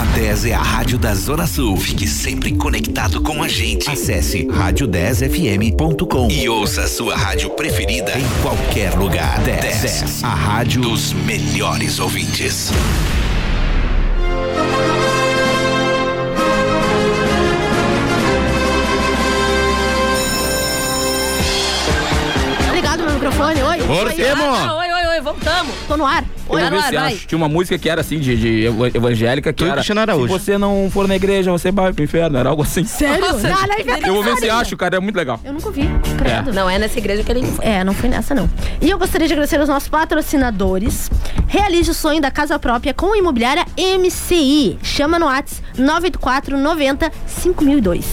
Speaker 15: A 10 é a rádio da Zona Sul. Fique sempre conectado com a gente. Acesse rádio10fm.com e ouça a sua rádio preferida em qualquer lugar. 10, 10, a rádio dos melhores ouvintes.
Speaker 5: Obrigado, meu microfone. Oi.
Speaker 2: Voltemos.
Speaker 5: Oi,
Speaker 4: oi, oi, oi, voltamos.
Speaker 5: Tô no ar.
Speaker 2: Eu vou
Speaker 5: Oi, tá
Speaker 2: ver
Speaker 5: no
Speaker 2: se
Speaker 5: ar, vai.
Speaker 2: acho. Tinha uma música que era assim, de, de eva- evangélica, que
Speaker 6: Tu e
Speaker 2: era. Se
Speaker 6: Cristiano Araújo.
Speaker 2: você não for na igreja, você vai pro inferno. Era algo assim.
Speaker 5: Sério? Nossa,
Speaker 4: é
Speaker 5: Não, não, inferno
Speaker 2: Eu vou ver se
Speaker 5: não.
Speaker 2: acho, cara. É muito legal.
Speaker 5: Eu nunca vi. Credo.
Speaker 2: É.
Speaker 4: Não é nessa igreja que ele foi.
Speaker 5: É, não fui nessa, não. E eu gostaria de agradecer aos nossos patrocinadores. Realize o sonho da casa própria com a imobiliária MCI. Chama no Whats 984 90 5002.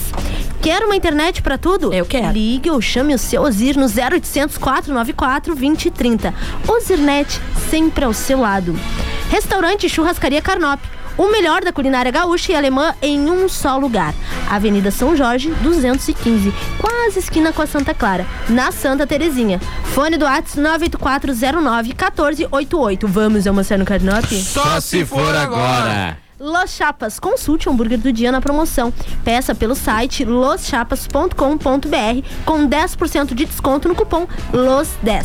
Speaker 5: Quer uma internet pra tudo? Eu quero. Ligue ou chame o seu Ozir no 0800 494 2030. Ozirnet, sempre ao seu lado. Restaurante e Churrascaria Carnop. O melhor da culinária gaúcha e alemã em um só lugar. Avenida São Jorge, 215, quase esquina com a Santa Clara, na Santa Terezinha. Fone do Whats 98409-1488. Vamos almoçar no Carnop?
Speaker 16: Só se for agora.
Speaker 5: É. Los Chapas, consulte o hambúrguer do dia na promoção. Peça pelo site loschapas.com.br com 10% de desconto no cupom LOS10.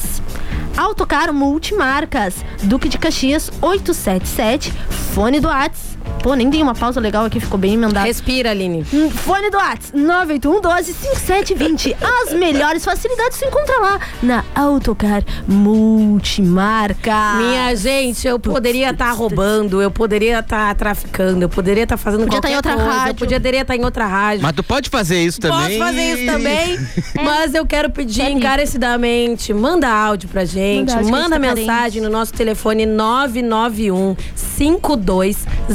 Speaker 5: Autocar Multimarcas, Duque de Caxias 877, fone do Whats. Pô, nem tem uma pausa legal aqui, ficou bem emendado. Hum,
Speaker 4: Respira, Aline.
Speaker 5: Fone do Whats 981 12 5720. As melhores facilidades se encontra lá na Autocar Multimarcas.
Speaker 4: Minha gente, eu poderia estar roubando, eu poderia estar traficando, eu poderia estar fazendo
Speaker 5: Podia tá
Speaker 4: qualquer
Speaker 5: em outra
Speaker 4: coisa,
Speaker 5: rádio.
Speaker 4: eu poderia estar em outra rádio.
Speaker 6: Mas tu pode fazer isso também.
Speaker 4: Posso fazer isso também, mas eu quero pedir encarecidamente, manda áudio pra gente,
Speaker 5: Manda áudio,
Speaker 4: manda,
Speaker 5: que a gente tá
Speaker 4: mensagem no nosso telefone 991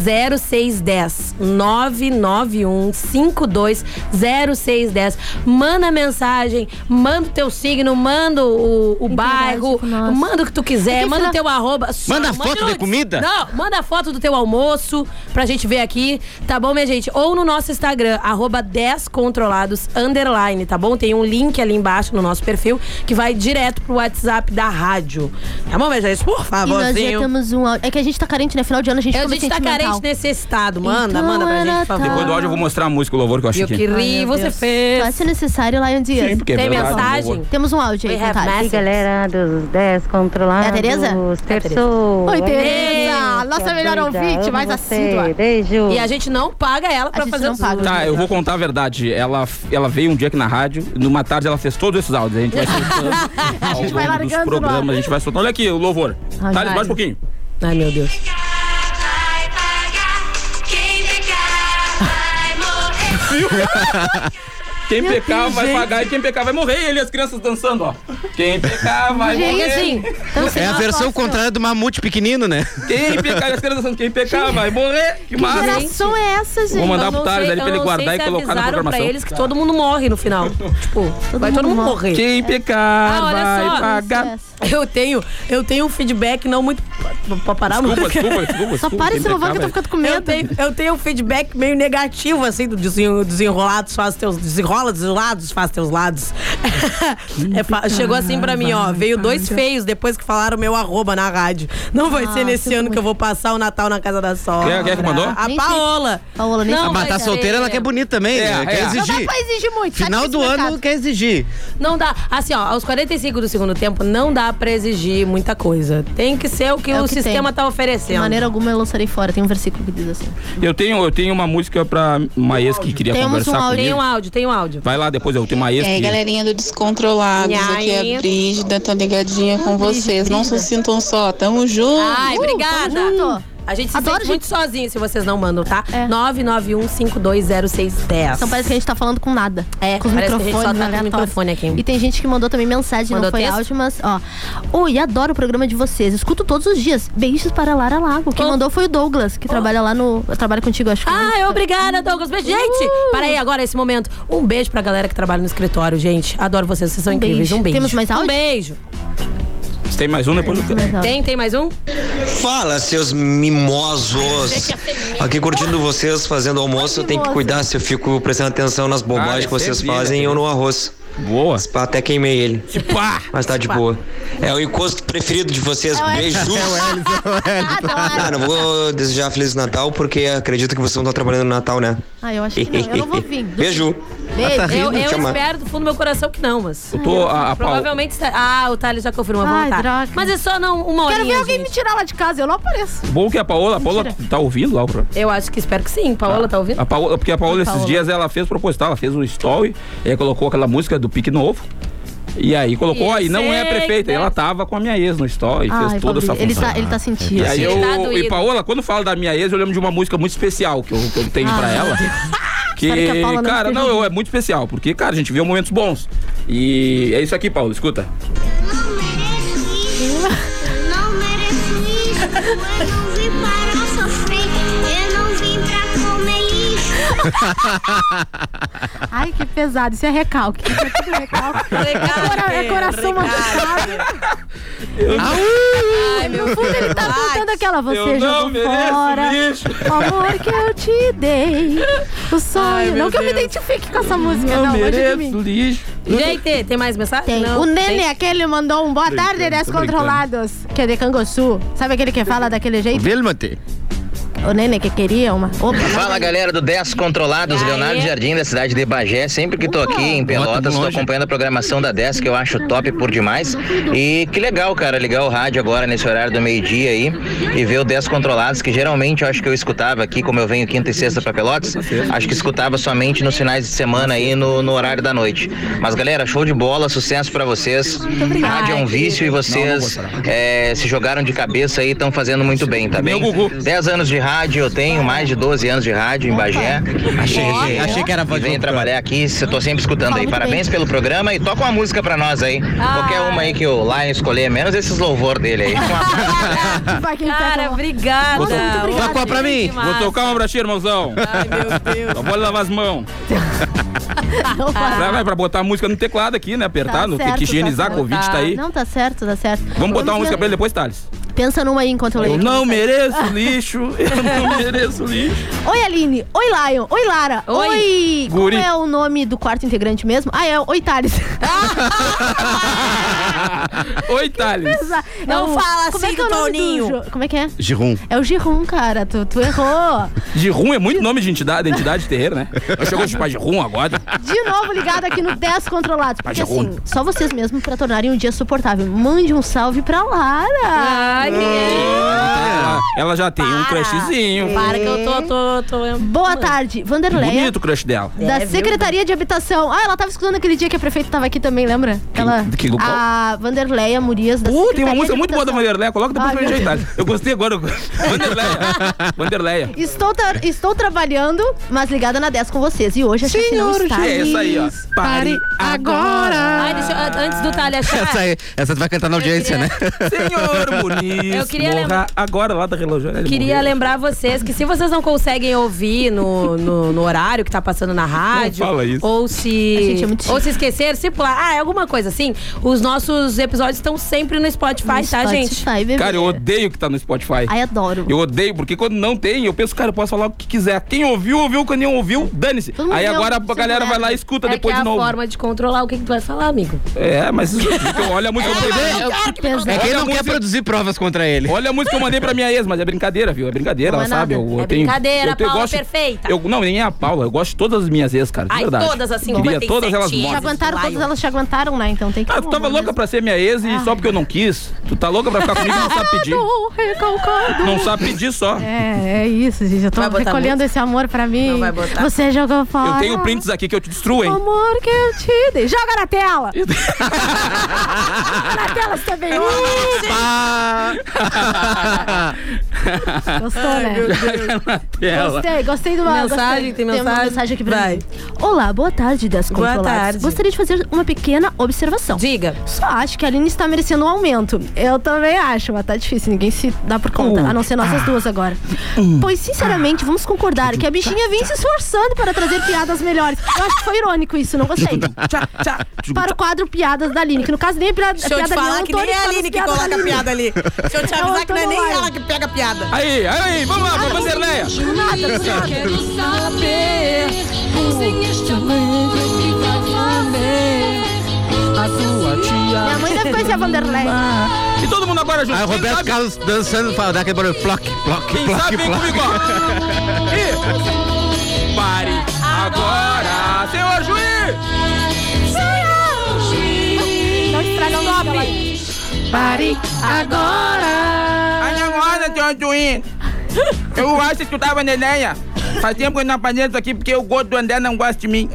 Speaker 4: 520610 991 520610 manda mensagem, manda o teu signo, manda o, o bairro, manda o que tu quiser,
Speaker 5: Quem
Speaker 4: manda o
Speaker 5: será?
Speaker 4: teu arroba.
Speaker 5: Manda
Speaker 4: Só,
Speaker 5: foto
Speaker 4: no-
Speaker 5: de comida?
Speaker 4: Não, manda foto do teu almoço pra gente ver aqui, tá bom, minha gente? Ou no nosso Instagram, arroba 10controlados, underline, tá bom? Tem um link ali embaixo no nosso perfil que vai direto pro WhatsApp da rádio. Tá bom, minha gente? Por
Speaker 5: E nós já
Speaker 4: favorzinho.
Speaker 5: temos um áudio. É que a gente tá carente, né? Final de ano a gente
Speaker 4: A
Speaker 5: fica
Speaker 4: gente
Speaker 5: meio
Speaker 4: tá carente
Speaker 5: sentimental.
Speaker 4: nesse estado. Manda,
Speaker 5: Então
Speaker 4: manda pra gente, por favor.
Speaker 2: Depois do áudio eu vou mostrar a música, o louvor que eu achei
Speaker 4: Eu
Speaker 2: aqui.
Speaker 4: queria-
Speaker 5: Meu
Speaker 4: você
Speaker 5: Deus.
Speaker 4: fez.
Speaker 5: Então, se necessário, lá onde
Speaker 2: Sim, porque é Tem verdade, mensagem? por favor.
Speaker 5: Temos um áudio aí,
Speaker 17: We have
Speaker 5: Natália.
Speaker 17: message. galera dos 10 controlados.
Speaker 5: É a Tereza?
Speaker 17: Terçou.
Speaker 5: Oi, Tereza!
Speaker 17: Ei,
Speaker 5: Nossa
Speaker 17: que
Speaker 5: melhor
Speaker 17: doida.
Speaker 5: ouvinte,
Speaker 17: Amo
Speaker 5: mais
Speaker 17: você.
Speaker 5: assídua.
Speaker 17: Beijo.
Speaker 4: E a gente não paga ela pra fazer o paga.
Speaker 2: Tá, eu vou contar a verdade. Ela, ela veio um dia aqui na rádio, numa tarde ela fez todos esses áudios. A gente vai soltando
Speaker 4: A gente vai
Speaker 2: ao longo
Speaker 4: largando
Speaker 2: dos
Speaker 4: no
Speaker 2: programas, a gente vai soltando. Olha aqui, o louvor.
Speaker 4: Ai,
Speaker 2: Tá,
Speaker 4: vai.
Speaker 2: mais um pouquinho.
Speaker 4: Ai, meu Deus.
Speaker 2: Quem
Speaker 4: Meu
Speaker 2: pecar
Speaker 4: Deus,
Speaker 2: vai
Speaker 4: gente.
Speaker 2: pagar e quem pecar vai morrer. E ele e as crianças dançando, ó. Quem pecar vai
Speaker 4: Gente,
Speaker 2: morrer.
Speaker 4: assim,
Speaker 5: Então,
Speaker 6: é a versão contrária do mamute pequenino, né?
Speaker 2: Quem pecar, as crianças dançando. Quem pecar vai morrer. Que massa.
Speaker 5: geração é essa, gente?
Speaker 2: Vou mandar
Speaker 4: Eu
Speaker 2: pro
Speaker 4: não
Speaker 2: Thales
Speaker 4: sei-
Speaker 2: ali pra
Speaker 4: eu
Speaker 2: ele
Speaker 4: não
Speaker 2: guardar
Speaker 4: sei
Speaker 2: e
Speaker 4: se é
Speaker 2: colocar na
Speaker 4: avisaram
Speaker 2: programação.
Speaker 4: pra eles que todo mundo morre no final. tipo, vai todo mundo morrer.
Speaker 2: Quem pecar
Speaker 4: Ah, olha
Speaker 2: vai
Speaker 4: só.
Speaker 2: pagar.
Speaker 4: Eu tenho, eu tenho um feedback não muito... Pra parar
Speaker 2: Desculpa,
Speaker 4: muito.
Speaker 2: desculpa, desculpa,
Speaker 4: Só
Speaker 2: desculpa,
Speaker 4: para
Speaker 2: quem
Speaker 4: esse louvor que eu tô
Speaker 2: pecar,
Speaker 4: ficando com medo. Eu tenho, eu tenho um feedback meio negativo, assim, do desen- desenrolado, faz teus... Desenrola dos lados, faz teus lados. É fa- chegou assim pra mim, ó. Veio dois feios depois que falaram meu arroba na rádio. Não vai ser nesse ano que eu vou passar o Natal na casa da sogra.
Speaker 6: Quem é- quem é que mandou?
Speaker 4: A Paola. Paola,
Speaker 6: Ah, mas tá solteira, ela quer bonita também.
Speaker 2: É,
Speaker 6: né?
Speaker 2: é.
Speaker 6: Quer
Speaker 2: Não dá
Speaker 6: exigir.
Speaker 4: exigir muito.
Speaker 6: Final do ano, quer exigir.
Speaker 4: Não dá. Assim, ó, aos 45 do segundo tempo, não dá pra exigir muita coisa. Tem que ser o que
Speaker 5: É
Speaker 4: o,
Speaker 5: o que
Speaker 4: sistema
Speaker 5: tem.
Speaker 4: tá oferecendo.
Speaker 5: De maneira alguma eu lançarei fora. Tem um versículo que diz assim.
Speaker 2: Eu tenho, eu tenho uma música pra uma ex que queria conversar assim,
Speaker 4: Tem um
Speaker 2: comigo.
Speaker 4: áudio, tem um áudio.
Speaker 2: Vai lá depois, eu tenho uma ex
Speaker 5: É,
Speaker 18: E aí,
Speaker 2: que...
Speaker 18: galerinha do Descontrolados,
Speaker 4: E
Speaker 18: aqui
Speaker 4: aí?
Speaker 18: é a Brígida, tô ligadinha com vocês. Não se sintam só, tamo junto. Uh,
Speaker 4: Ai, obrigada. A gente se
Speaker 5: Adoro, É.
Speaker 4: sente muito sozinho se vocês não mandam, tá? 991-520610.
Speaker 5: Então parece que a gente tá falando com nada. É, com os
Speaker 4: parece que a gente só
Speaker 5: microfones
Speaker 4: tá com o
Speaker 5: aleatórios.
Speaker 4: microfone aqui.
Speaker 5: E tem gente que mandou também mensagem,
Speaker 4: Mandou
Speaker 5: não foi
Speaker 4: texto?
Speaker 5: áudio, mas ó. Oi, adoro o programa de vocês. Escuto todos os dias. Beijos para Lara Lago. Quem mandou foi o Douglas, que trabalha lá no. Trabalha contigo, acho que. né?
Speaker 4: Ah, obrigada, Douglas. Beijo. Gente, para aí agora, esse momento. Um beijo pra galera que trabalha no escritório, gente. Adoro vocês, vocês são
Speaker 5: Um
Speaker 4: incríveis.
Speaker 5: beijo.
Speaker 4: Um beijo.
Speaker 5: Temos mais
Speaker 4: Um beijo.
Speaker 2: Tem mais um depois? do-
Speaker 4: Tem, tem mais um?
Speaker 19: Fala, seus mimosos! Aqui curtindo vocês, fazendo almoço, eu tenho que cuidar se eu fico prestando atenção nas bobagens que vocês fazem ou no arroz.
Speaker 2: Ah, Boa!
Speaker 19: Até queimei ele. Mas tá de
Speaker 8: Pá.
Speaker 19: boa. É o encosto preferido de vocês.
Speaker 8: É o Hélio.
Speaker 19: Beijos!
Speaker 8: É o Hélio,
Speaker 19: Ah, não vou desejar Feliz Natal, porque acredito que vocês não estão trabalhando no Natal, né?
Speaker 5: Ah, eu acho que não. Eu não vou vir.
Speaker 19: Beijo!
Speaker 4: Beijo.
Speaker 19: Ah, tá
Speaker 4: eu
Speaker 19: rindo,
Speaker 4: eu
Speaker 19: chama.
Speaker 4: espero do fundo do meu coração que não, mas.
Speaker 19: Eu tô- a- a Paula-
Speaker 4: Provavelmente. está- Ah, o Thales já confirmou. Vamos
Speaker 5: Ai,
Speaker 4: voltar.
Speaker 5: droga.
Speaker 4: Mas é só não uma horinha.
Speaker 5: Quero ver alguém
Speaker 4: gente.
Speaker 5: me tirar lá de casa, eu não apareço.
Speaker 2: Bom que a Paola, a Paola tá ouvindo lá, o programa?
Speaker 4: Eu acho que espero que sim. Paola, tá ouvindo?
Speaker 2: A Paola, porque a Paola,
Speaker 4: A
Speaker 2: esses
Speaker 4: Paola.
Speaker 2: dias ela fez proposital, ela fez um story, e aí colocou aquela música do Pique Novo. E aí colocou,
Speaker 5: Eu
Speaker 2: aí não é a
Speaker 5: sei
Speaker 2: prefeita. E ela tava com a minha ex no story,
Speaker 5: Ai,
Speaker 2: fez toda essa
Speaker 5: Fabrício, ele,
Speaker 2: função.
Speaker 5: tá, ele tá sentindo.
Speaker 2: E aí
Speaker 5: Ele tá
Speaker 2: eu.
Speaker 5: doído.
Speaker 2: E Paola, quando falo da minha ex, eu lembro de uma música muito especial que eu, que eu tenho
Speaker 5: Ah,
Speaker 2: pra
Speaker 5: meu
Speaker 2: ela. Que,
Speaker 5: Espero que a Paula não
Speaker 2: cara,
Speaker 5: esteja
Speaker 2: não, eu- é muito especial, porque, cara, a gente viveu momentos bons. E é isso aqui, Paulo, escuta.
Speaker 8: Não mereço isso. Eu não vim para sofrer. Eu não vim pra comer lixo.
Speaker 5: Ai, que pesado. Isso é recalque. Isso é tudo recalque. É cora- é coração machucado.
Speaker 8: Ai, meu
Speaker 5: No fundo ele tá apontando aquela. Você
Speaker 8: Eu não
Speaker 5: jogou
Speaker 8: mereço
Speaker 5: fora
Speaker 8: lixo.
Speaker 5: o amor que eu te dei. O sonho.
Speaker 4: Ai, meu
Speaker 5: não que eu me
Speaker 4: Deus.
Speaker 5: identifique com essa música, não. longe de mim.
Speaker 2: lixo.
Speaker 4: Gente, tem mais mensagem?
Speaker 5: Tem.
Speaker 4: Não,
Speaker 5: o
Speaker 4: tem.
Speaker 5: Nene, aquele mandou um boa
Speaker 4: Brincando,
Speaker 5: tarde,
Speaker 4: tô
Speaker 5: descontrolados. Que é de Canguçu. Sabe aquele que fala daquele jeito?
Speaker 6: Vilmate.
Speaker 5: O Nene que queria uma. Opa, tá
Speaker 20: Fala galera do 10 Controlados, Leonardo Jardim da cidade de Bagé. Sempre que tô aqui em Pelotas, tô acompanhando a programação da 10, que eu acho top por demais. E que legal, cara, ligar o rádio agora nesse horário do meio-dia aí e ver o 10 Controlados, que geralmente eu acho que eu escutava aqui, como eu venho quinta e sexta pra Pelotas, acho que escutava somente nos finais de semana aí no, no horário da noite. Mas galera, show de bola, sucesso pra vocês.
Speaker 5: obrigada.
Speaker 20: Rádio é um vício e vocês eh, se jogaram de cabeça aí, estão fazendo muito bem, tá bem? 10 anos de rádio eu tenho, mais de 12 anos de rádio em Bagé.
Speaker 6: Achei- achei- achei que era
Speaker 20: voz. Venho trabalhar aqui, eu tô sempre escutando aí. Parabéns pelo programa e toca uma música pra nós aí.
Speaker 6: Ah.
Speaker 20: Qualquer uma aí que o Lion escolher, menos esses louvor dele aí. Um abraço.
Speaker 4: Cara, obrigada.
Speaker 2: Vou to-
Speaker 4: Obrigada,
Speaker 2: Tocou pra mim.
Speaker 4: demais.
Speaker 2: Vou tocar uma pra ti, irmãozão. Ai, meu Deus. Só pode lavar as mãos. Pra, vai, pra botar a música no teclado aqui, né? Apertar,
Speaker 5: Tá
Speaker 2: no- tem
Speaker 5: certo,
Speaker 2: que higienizar,
Speaker 5: certo.
Speaker 2: Covid tá aí.
Speaker 5: Não, tá certo, tá certo.
Speaker 2: Vamos botar uma música
Speaker 5: ver-
Speaker 2: pra ele depois, Thales.
Speaker 5: Pensa numa aí enquanto eu leio.
Speaker 2: Eu
Speaker 5: aqui.
Speaker 2: não mereço lixo, eu não mereço lixo.
Speaker 5: Oi, Aline. Oi, Lion. Oi, Lara.
Speaker 2: Oi.
Speaker 5: Oi. Qual
Speaker 2: Guri.
Speaker 5: é o nome do quarto integrante mesmo? Ah, é. Oi, Thales.
Speaker 2: Oi, Thales.
Speaker 4: Não fala
Speaker 5: como é
Speaker 4: assim
Speaker 5: que é o
Speaker 4: do
Speaker 5: nome do
Speaker 4: Toninho.
Speaker 5: jo- Como é que é?
Speaker 2: Girum.
Speaker 5: É o Girum, cara. Tu, tu errou.
Speaker 2: De rum é muito nome de entidade, entidade terreira, né? Eu chegou a chupar de rum agora.
Speaker 5: De novo ligado aqui no 10 Controlados. Porque
Speaker 2: Mas é
Speaker 5: assim, só vocês mesmos pra tornarem um dia suportável. Mande um salve pra Lara.
Speaker 4: Sabe quem é?
Speaker 2: Ela- Ela já tem um crushzinho.
Speaker 4: Para que eu tô, tô, tô.
Speaker 5: Boa tarde, Vanderleia.
Speaker 2: Bonito o crush dela.
Speaker 5: Da Secretaria de Habitação. Ah, ela tava escutando aquele dia que a prefeita tava aqui também, lembra? Ela,
Speaker 2: que- qual?
Speaker 5: a Vanderleia Murias da
Speaker 2: Uh, tem uma
Speaker 5: Secretaria
Speaker 2: música
Speaker 5: de
Speaker 2: muito boa da Vanderleia, coloca depois
Speaker 5: Ai,
Speaker 2: pra gente
Speaker 5: meu
Speaker 2: ajeitar. Eu gostei agora. Vanderleia. Vanderleia.
Speaker 5: Estou, tra- estou trabalhando, mas ligada na 10 com vocês. E hoje a chefe não está.
Speaker 2: É essa aí, ó. Pare
Speaker 5: agora.
Speaker 4: Ai, deixa eu- antes do Thalia achar.
Speaker 6: Essa, aí, essa tu vai cantar na audiência, né?
Speaker 2: Senhor bonito.
Speaker 4: Eu queria
Speaker 2: Morra
Speaker 4: lembrar-
Speaker 2: agora lá da relógio. né?
Speaker 4: Queria lembrar vocês que se vocês não conseguem ouvir no, no, no horário que tá passando na rádio,
Speaker 2: fala isso.
Speaker 4: ou
Speaker 5: A
Speaker 4: se
Speaker 5: gente é muito
Speaker 4: ou se esquecer, se pular, ah, é alguma coisa assim, os nossos episódios estão sempre no Spotify, tá, gente?
Speaker 2: Cara, eu odeio que tá no Spotify.
Speaker 5: Ai, adoro.
Speaker 2: Eu odeio, porque quando não tem, eu penso, cara, eu posso falar o que quiser. Quem ouviu, ouviu, quem não ouviu, dane-se.
Speaker 4: Todo mundo
Speaker 2: Aí
Speaker 4: é
Speaker 2: agora a
Speaker 5: tipo
Speaker 4: um
Speaker 2: galera vai lá e
Speaker 4: segurado.
Speaker 2: escuta
Speaker 4: É
Speaker 2: depois
Speaker 4: que é
Speaker 2: de
Speaker 4: a
Speaker 2: novo.
Speaker 4: forma de controlar o que, que tu vai falar, amigo.
Speaker 2: É, mas então, olha a música que eu mandei.
Speaker 6: É quem não quer produzir provas contra ele.
Speaker 2: Olha a música que eu mandei pra minha ex, mas é brincadeira, viu? É brincadeira,
Speaker 4: Não
Speaker 2: ela
Speaker 4: é
Speaker 2: sabe.
Speaker 4: nada.
Speaker 2: Eu, eu
Speaker 4: É
Speaker 2: tenho-
Speaker 4: brincadeira,
Speaker 2: eu tenho-
Speaker 4: Paula
Speaker 2: gosto-
Speaker 4: perfeita.
Speaker 2: Eu, não, nem é a Paula, eu gosto de todas as minhas ex, cara. de
Speaker 4: Ai,
Speaker 2: verdade.
Speaker 4: todas assim, as
Speaker 2: Queria
Speaker 4: 57.
Speaker 2: todas elas
Speaker 5: Já
Speaker 2: mortas.
Speaker 5: aguentaram, todas elas te aguentaram, né? Então tem que.
Speaker 2: Ah, tu tava louca pra ser minha ex e só porque eu não quis. Tu tá louca pra ficar comigo e não sabe pedir.
Speaker 5: Tô recalcado.
Speaker 2: Não sabe pedir só.
Speaker 5: É, é isso, gente. Eu tô
Speaker 4: Vai botar
Speaker 5: recolhendo esse amor pra mim. Não vai botar. Você jogou fora.
Speaker 2: Eu tenho prints aqui que eu te destruo,
Speaker 5: o
Speaker 2: hein?
Speaker 5: amor que eu te dei. Joga na tela! na tela você também. Gostou, né? Gostei, gostei do
Speaker 4: Mensagem,
Speaker 5: gostei.
Speaker 4: tem
Speaker 5: Tem uma
Speaker 4: mensagem?
Speaker 5: mensagem aqui pra
Speaker 4: Vai.
Speaker 5: mim. Olá, boa tarde, Descontrolados.
Speaker 4: Boa tarde.
Speaker 5: Gostaria de fazer uma pequena observação.
Speaker 4: Diga.
Speaker 5: Só acho que a Aline está merecendo um aumento. Eu também acho, mas tá difícil, ninguém se dá por conta,
Speaker 4: Um,
Speaker 5: a não ser nossas
Speaker 21: Uh.
Speaker 4: ah,
Speaker 5: duas agora.
Speaker 4: um,
Speaker 5: pois, sinceramente, vamos concordar que a bichinha vem se esforçando para trazer piadas melhores. Eu acho que foi irônico isso, não gostei. para o quadro Piadas da Aline, que no caso nem é piada,
Speaker 21: Deixa eu te
Speaker 5: piada minha,
Speaker 21: falar
Speaker 5: o
Speaker 21: que nem
Speaker 5: Antônio
Speaker 21: é a
Speaker 5: faz
Speaker 21: Aline que
Speaker 5: piadas
Speaker 21: coloca
Speaker 5: da
Speaker 21: a
Speaker 5: Aline.
Speaker 21: piada ali. Deixa eu te
Speaker 5: É o
Speaker 21: avisar que não é nem
Speaker 5: Antônio
Speaker 21: ela
Speaker 5: Maia.
Speaker 21: que pega a piada.
Speaker 2: Aí, aí, vamos lá, vamos né? Vanderleia.
Speaker 5: Minha mãe deve conhecer a Vanderlei.
Speaker 2: E todo mundo agora junto.
Speaker 6: Aí o Roberto Carlos dançando, fala, dá aquele barulho, ploc, ploc,
Speaker 2: Quem
Speaker 6: ploc,
Speaker 2: sabe vem
Speaker 6: ploc.
Speaker 2: comigo, ó. E... Pare agora, senhor juiz!
Speaker 5: Não estraga o nome.
Speaker 2: Pare agora! Olha agora, senhor juiz! Eu acho que eu tava nenéia. Faz tempo que eu não apareço isso aqui porque o gordo do André não gosta de mim.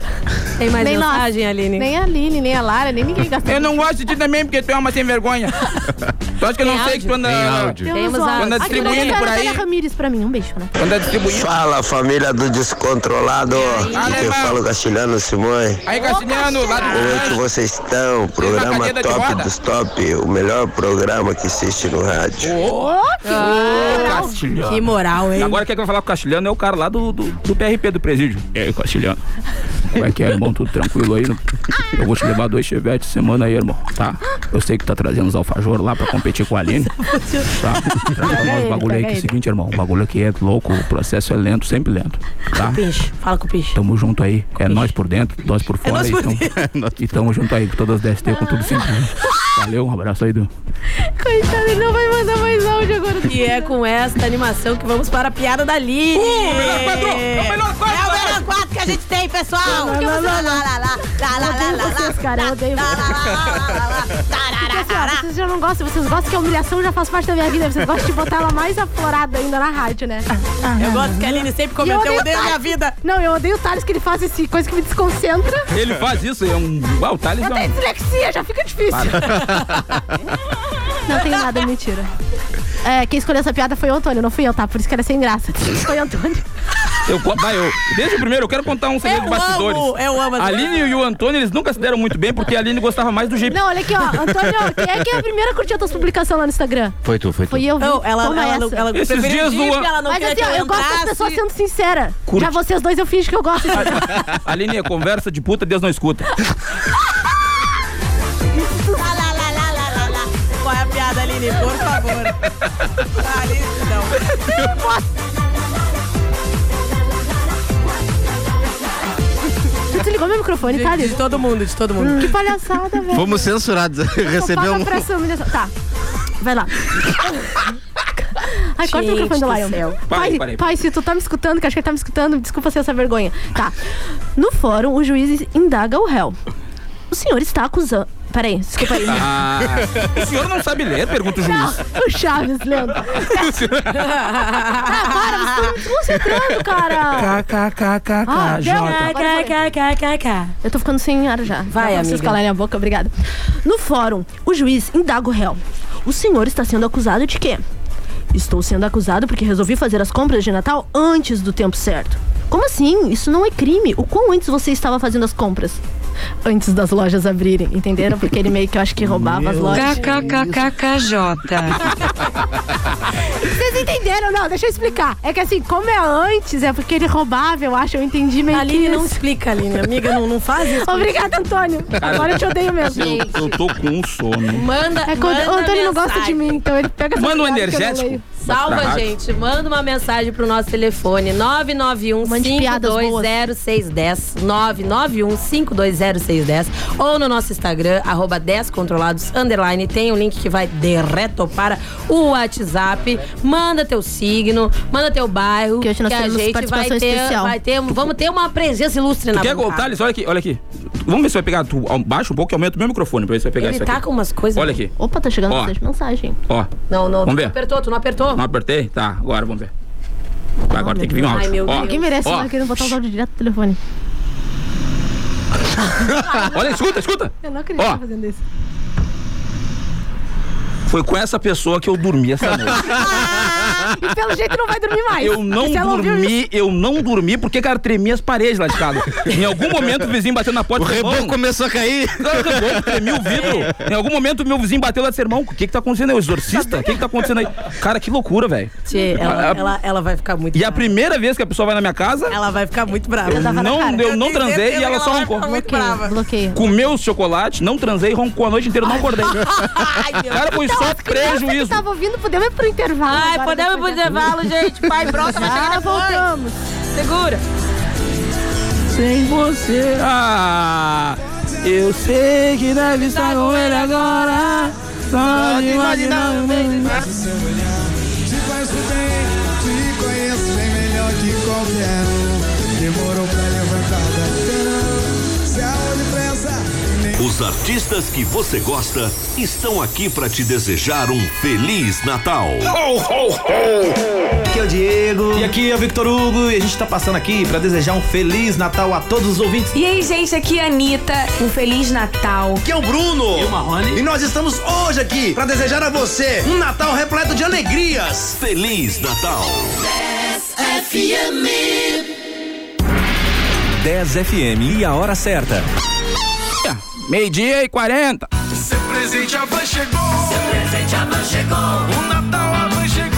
Speaker 4: Tem mais mensagem, Aline?
Speaker 5: Nem a Aline, nem a Lara, nem ninguém gastou.
Speaker 2: Eu não gosto de ti também porque tu é uma sem vergonha. Tu acha que eu não
Speaker 5: Tem
Speaker 2: sei que tu anda,
Speaker 5: áudio? Tem
Speaker 2: anda,
Speaker 5: Temos áudio.
Speaker 2: anda
Speaker 5: Aqui, não,
Speaker 2: distribuindo
Speaker 5: cara,
Speaker 2: por
Speaker 5: Natália
Speaker 2: aí?
Speaker 5: Ramírez pra mim, um beijo, né?
Speaker 2: é
Speaker 22: Fala família do descontrolado, que eu falo castelhano Simões.
Speaker 2: Aí, Castilhano, lá do
Speaker 22: Como é que vocês estão? Programa
Speaker 2: cadeira de
Speaker 22: top
Speaker 2: roda?
Speaker 22: dos top, É o melhor programa que existe no rádio.
Speaker 4: Ah, que moral, hein?
Speaker 2: Agora quem é que vai falar com o Castilhano é o cara lá do, do, do PRP do presídio. É, E aí, Castilhano? Como é que é, irmão? Tudo tranquilo aí? Eu vou te levar dois chevetes semana aí, irmão. Tá? Eu sei que tá trazendo os alfajor lá pra competir com a Aline. Tá? Traz pra nós o bagulho aí, que é o seguinte, irmão. O bagulho aqui é louco, o processo é lento, sempre lento. Tá?
Speaker 4: Fala com o Piche.
Speaker 2: Tamo junto aí. É nós por dentro, nós por fora.
Speaker 4: É nós
Speaker 2: e
Speaker 4: por
Speaker 2: tamo- É E tamo junto aí, com todas as DST, com tudo sempre. Valeu, um abraço aí do.
Speaker 4: Coitado, ele não vai mandar mais áudio agora. E é com esta animação que vamos para a piada da Aline.
Speaker 21: o melhor quadro, é o melhor
Speaker 4: quadro! É o melhor quadro que a gente tem, pessoal! Porque você- Lá, lá, lá, lá, lá, lá, lá, lá.
Speaker 5: Vocês, cara, eu odeio vocês. Porque, assim, ó, Vocês já não gostam, vocês gostam que a humilhação já faz parte da minha vida. Vocês gostam de botar ela mais aflorada ainda na rádio, né?
Speaker 2: Ah,
Speaker 21: Eu gosto que a Aline sempre comenta,
Speaker 4: um
Speaker 21: eu odeio a minha vida.
Speaker 5: Não, eu odeio o Thales que ele faz esse coisa que me desconcentra.
Speaker 2: Ele faz isso, é um. Ah, o Thales
Speaker 5: Eu
Speaker 2: é
Speaker 5: tenho
Speaker 2: um-
Speaker 5: dislexia, já fica difícil. Não tem nada, é mentira. É, quem escolheu essa piada foi o Antônio, não fui eu, tá? Por isso que era sem graça. Foi o Antônio.
Speaker 2: Eu, co- vai, eu, desde o primeiro, eu quero contar um segredo
Speaker 5: Eu
Speaker 2: de bastidores.
Speaker 5: amo, eu amo.
Speaker 2: A Aline e o Antônio, eles nunca se deram muito bem, porque a Aline gostava mais do Jeep.
Speaker 5: Não, olha aqui, ó. Antônio, quem é que é a primeira a curtir as tuas publicações lá no Instagram?
Speaker 2: Foi tu, foi
Speaker 5: Foi eu, viu?
Speaker 21: Não, ela-
Speaker 5: Toma
Speaker 21: ela
Speaker 5: essa.
Speaker 21: não- ela Esses preferiu dias o Jeep, o- ela não
Speaker 5: Mas
Speaker 21: queria
Speaker 5: assim, ó,
Speaker 21: que eu
Speaker 5: eu gosto das
Speaker 21: entrasse.
Speaker 5: pessoas sendo sinceras.
Speaker 2: Curte.
Speaker 5: Já vocês dois eu finjo que eu gosto.
Speaker 2: Aline é conversa de puta, Deus não escuta.
Speaker 21: Lá, lá, lá, lá, lá, lá, lá. Qual é a piada, Aline? Por favor. Tá então. Aline, não.
Speaker 5: Tu desligou meu microfone, tá, De
Speaker 21: todo mundo, de todo mundo.
Speaker 5: Que palhaçada, velho.
Speaker 6: Fomos censurados. Recebeu um.
Speaker 5: Paga pra essa humilhação. Tá. Vai lá. Ai, corta o microfone do
Speaker 4: Gente do
Speaker 5: Lion.
Speaker 4: céu.
Speaker 5: Pai,
Speaker 4: Parei, parei.
Speaker 5: pai, se tu tá me escutando, que acho que ele tá me escutando, desculpa ser essa vergonha. Tá. No fórum, o juiz indaga o réu. O senhor está acusando. Peraí, desculpa aí.
Speaker 2: Ah, o senhor não sabe ler? Pergunta o juiz.
Speaker 5: O Chaves, Leandro. Ah, para, você tá me desconcentrando, cara.
Speaker 2: KKKKK.
Speaker 5: Ah,
Speaker 2: J.
Speaker 5: agora foi. Eu tô ficando sem ar já.
Speaker 4: Vai,
Speaker 5: Pra Vocês
Speaker 4: amiga.
Speaker 5: calarem a boca, obrigada. No fórum, o juiz indaga o réu. O senhor está sendo acusado de quê? Estou sendo acusado porque resolvi fazer as compras de Natal antes do tempo certo. Como assim? Isso não é crime. O quão antes você estava fazendo as compras? Antes das lojas abrirem, entenderam? Porque ele meio que eu acho que roubava as lojas.
Speaker 3: KKKKKJ.
Speaker 5: Vocês entenderam? Não, deixa eu explicar. É que assim, como é antes, é porque ele roubava, eu acho, eu entendi meio
Speaker 4: Aline,
Speaker 5: que
Speaker 4: não
Speaker 5: isso.
Speaker 4: explica, Aline. Amiga, não, não faz isso.
Speaker 5: Obrigada, Antônio.
Speaker 2: Cara,
Speaker 5: Agora eu te odeio mesmo.
Speaker 2: Eu, eu tô com um sono.
Speaker 4: Manda,
Speaker 5: É que o
Speaker 4: manda
Speaker 5: o Antônio não
Speaker 4: mensagem.
Speaker 5: gosta de mim, então ele pega essa
Speaker 2: Manda um
Speaker 5: piada que eu não
Speaker 2: energético.
Speaker 5: leio.
Speaker 2: Pra
Speaker 4: Salva,
Speaker 2: rádio.
Speaker 4: gente. Manda uma mensagem pro nosso telefone 991
Speaker 5: Mande piadas boas.
Speaker 4: 5200610 991 5200610 ou no nosso Instagram, arroba 10 controlados underline. Tem um link que vai direto para o WhatsApp. Manda teu signo, manda teu bairro.
Speaker 5: Que hoje nós
Speaker 4: a
Speaker 5: teremos
Speaker 4: gente vai
Speaker 5: participação
Speaker 4: ter,
Speaker 5: especial.
Speaker 4: vai ter- Vamos ter uma presença ilustre
Speaker 2: Tu
Speaker 4: na
Speaker 2: quer
Speaker 4: bancada.
Speaker 2: contar? Olha aqui, olha aqui. Vamos ver se vai pegar. Tu au- baixa um pouco e aumenta o meu microfone pra ver se vai pegar
Speaker 4: Ele
Speaker 2: isso
Speaker 4: tá
Speaker 2: aqui.
Speaker 4: com umas coisas.
Speaker 2: Olha aqui.
Speaker 5: Opa, tá chegando
Speaker 2: Ó.
Speaker 5: bastante mensagem.
Speaker 2: Ó,
Speaker 4: Não, não,
Speaker 2: Vamos
Speaker 4: tu
Speaker 2: ver.
Speaker 4: não apertou, tu não apertou.
Speaker 2: não apertei? Tá, agora vamos ver. Vai, agora tem que vir um
Speaker 5: Ai,
Speaker 2: áudio.
Speaker 5: meu
Speaker 2: Ó,
Speaker 5: Deus. Ninguém merece
Speaker 2: ó.
Speaker 5: não querendo botar os áudios direto do telefone.
Speaker 2: Olha, escuta, escuta.
Speaker 5: Eu não acredito
Speaker 2: Ó.
Speaker 5: que tá fazendo isso.
Speaker 2: Foi com essa pessoa que eu dormi essa noite.
Speaker 5: E pelo jeito não vai dormir mais.
Speaker 2: Eu não
Speaker 5: Porque ela ouviu isso.
Speaker 2: dormi, eu não dormi, porque, cara, tremia as paredes lá de casa. Em algum momento o vizinho bateu na porta.
Speaker 6: O reboco
Speaker 2: irmão,
Speaker 6: começou a cair.
Speaker 2: Cara, que louco, tremia o vidro. Em algum momento, meu vizinho bateu lá e disse, irmão, o que que tá acontecendo aí? O exorcista? O que que tá acontecendo aí? Cara, que loucura, velho.
Speaker 4: Tchê, ela,
Speaker 2: A- a-
Speaker 4: ela- ela vai ficar muito
Speaker 2: Ah, E a
Speaker 4: brava.
Speaker 2: primeira vez que a pessoa vai na minha casa,
Speaker 4: Ela vai ficar muito brava.
Speaker 2: eu não, eu não transei e ela só roncou.
Speaker 5: Bloqueio, bloqueio.
Speaker 2: Comeu o chocolate, não transei, roncou a noite inteira, não acordei. Cara, foi
Speaker 5: Tá
Speaker 2: só
Speaker 5: Você Então, que
Speaker 2: prejuízo.
Speaker 5: tava ouvindo, podemos ir pro intervalo.
Speaker 4: Ai,
Speaker 5: agora,
Speaker 4: podemos ir pro
Speaker 5: depois dessa.
Speaker 4: intervalo, gente. Pai, broca, vai chegar
Speaker 5: Já
Speaker 4: depois.
Speaker 5: voltamos.
Speaker 4: Segura.
Speaker 2: Sem você, ah, eu sei que deve estar com ele agora. Só de imaginar o meu-
Speaker 8: Te faz o bem, te conheço bem melhor que qualquer um. Demorou pra levantar da cama. Se a depressa.
Speaker 15: Os artistas que você gosta estão aqui para te desejar um feliz Natal.
Speaker 23: Aqui é o Diego. E aqui é o Victor Hugo. E a gente tá passando aqui pra desejar um Feliz Natal a todos os ouvintes.
Speaker 3: E aí, gente, aqui é a Anitta. Um Feliz Natal.
Speaker 23: Aqui é o Bruno. E o Marrone. E nós estamos hoje aqui pra desejar a você um Natal repleto de alegrias.
Speaker 15: Feliz Natal.
Speaker 12: 10 FM e a hora certa.
Speaker 2: Meio-dia e 40.
Speaker 8: Seu presente a van chegou. Seu presente a van chegou. O Natal a van chegou.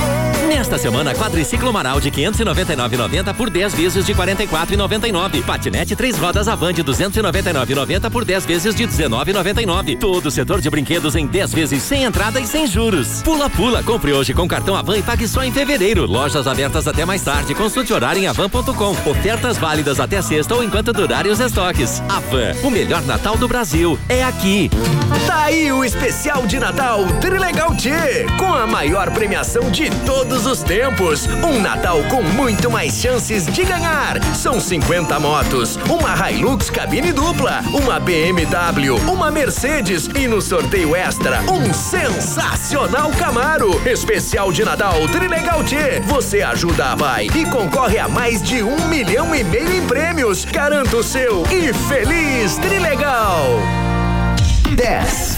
Speaker 12: Nesta semana, quadriciclo Marau de 599,90 por 10 vezes de 44,99. Patinete três rodas Avan de 299,90 por 10 vezes de 19,99. Todo o setor de brinquedos em 10 vezes sem entrada e sem juros. Pula Pula, compre hoje com cartão Avan e pague só em fevereiro. Lojas abertas até mais tarde. Consulte horário em avan.com. Ofertas válidas até sexta ou enquanto durarem os estoques. Avan, o melhor Natal do Brasil é aqui.
Speaker 13: Tá aí o especial de Natal Trilegal T, com a maior premiação de todos os tempos. Um Natal com muito mais chances de ganhar. São 50 motos, uma Hilux cabine dupla, uma BMW, uma Mercedes e no sorteio extra, um sensacional Camaro. Especial de Natal Trilegal T. Você ajuda a Vai e concorre a mais de um milhão e meio em prêmios. Garanto o seu e feliz Trilegal! 10.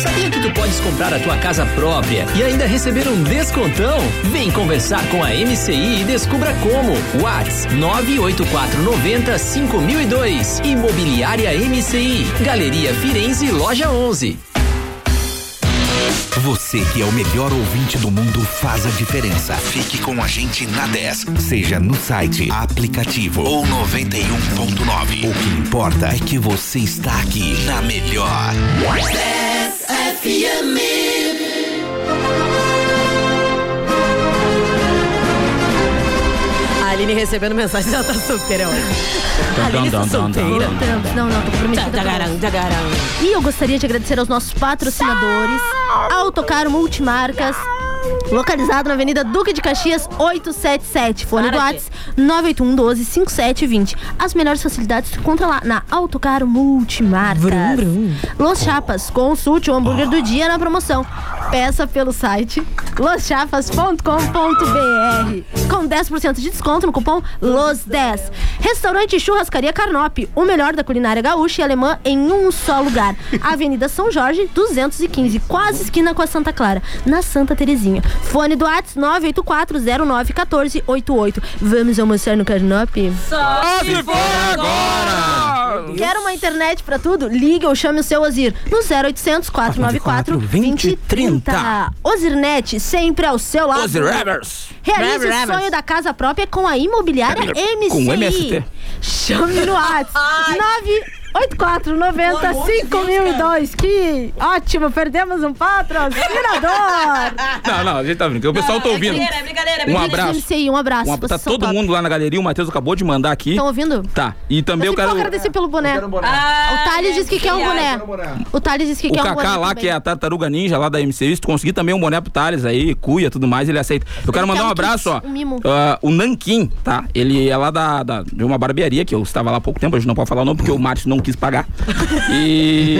Speaker 24: Sabia que tu podes comprar a tua casa própria e ainda receber um descontão? Vem conversar com a MCI e descubra como. Whats 98490 5002. Imobiliária MCI. Galeria Firenze, loja 11.
Speaker 15: Você que é o melhor ouvinte do mundo faz a diferença. Fique com a gente na 10, seja no site, aplicativo ou 91.9. O que importa é que você está aqui na melhor.
Speaker 8: 10 FM.
Speaker 4: A Aline recebendo mensagens, ela tá solteira hoje.
Speaker 5: Dum,
Speaker 4: Aline
Speaker 5: dum,
Speaker 4: tá
Speaker 5: dum,
Speaker 4: solteira.
Speaker 5: dum, dum, dum. Não, não, tô comprometida com
Speaker 4: Tagaram,
Speaker 5: isso.
Speaker 4: tagaram.
Speaker 5: E eu gostaria de agradecer aos nossos patrocinadores, Autocar Multimarcas, localizado na Avenida Duque de Caxias 877, Fone do
Speaker 4: Para
Speaker 5: Whats 981 12 5720. As melhores facilidades tu encontra lá na Autocar Multimarcas. Los Chapas, consulte o hambúrguer do dia na promoção. Peça pelo site loschapas.com.br com 10% de desconto no cupom LOS10. Restaurante Churrascaria Carnop, o melhor da culinária gaúcha e alemã em um só lugar. Avenida São Jorge, 215, quase esquina com a Santa Clara, na Santa Terezinha. Fone do Whats 984091488. Vamos almoçar no Carnop?
Speaker 8: Só se for agora!
Speaker 5: Quer uma internet pra tudo? Liga ou chame o seu Ozir no 0800 494 2030. Ozirnet, sempre ao seu lado.
Speaker 2: Ozir Revers.
Speaker 5: Realize
Speaker 2: Revers.
Speaker 5: o sonho da casa própria com a imobiliária MCI.
Speaker 2: É, Com MST.
Speaker 5: Chame no WhatsApp. 98490 5002. Que ótimo, perdemos um patrocinador.
Speaker 2: Não, não, a gente tá brincando. O pessoal tá ouvindo.
Speaker 5: brincadeira, é brincadeira, é
Speaker 2: Um
Speaker 5: brincadeira.
Speaker 2: abraço.
Speaker 5: Gente, um abraço.
Speaker 2: Um ab- Tá
Speaker 5: Vocês são
Speaker 2: todo
Speaker 5: top.
Speaker 2: mundo lá na galeria. O Matheus acabou de mandar aqui.
Speaker 5: Estão ouvindo?
Speaker 2: Tá. E também eu
Speaker 5: Eu
Speaker 2: quero.
Speaker 5: quero agradecer pelo boné. Ah, o Thales disse que quer um boné. O Thales disse que
Speaker 2: O
Speaker 5: quer um boné.
Speaker 2: Kaká lá,
Speaker 5: também.
Speaker 2: que é a tartaruga ninja lá da MCU, se tu conseguir também um boné pro Thales aí, cuia tudo mais, ele aceita. Eu quero mandar um abraço, ó.
Speaker 5: Um mimo.
Speaker 2: Ah, o Nanquim, tá? Ele é lá da, da- de uma barbearia, que eu estava lá há pouco tempo, a gente não pode falar o nome, porque o Márcio não quis pagar. E.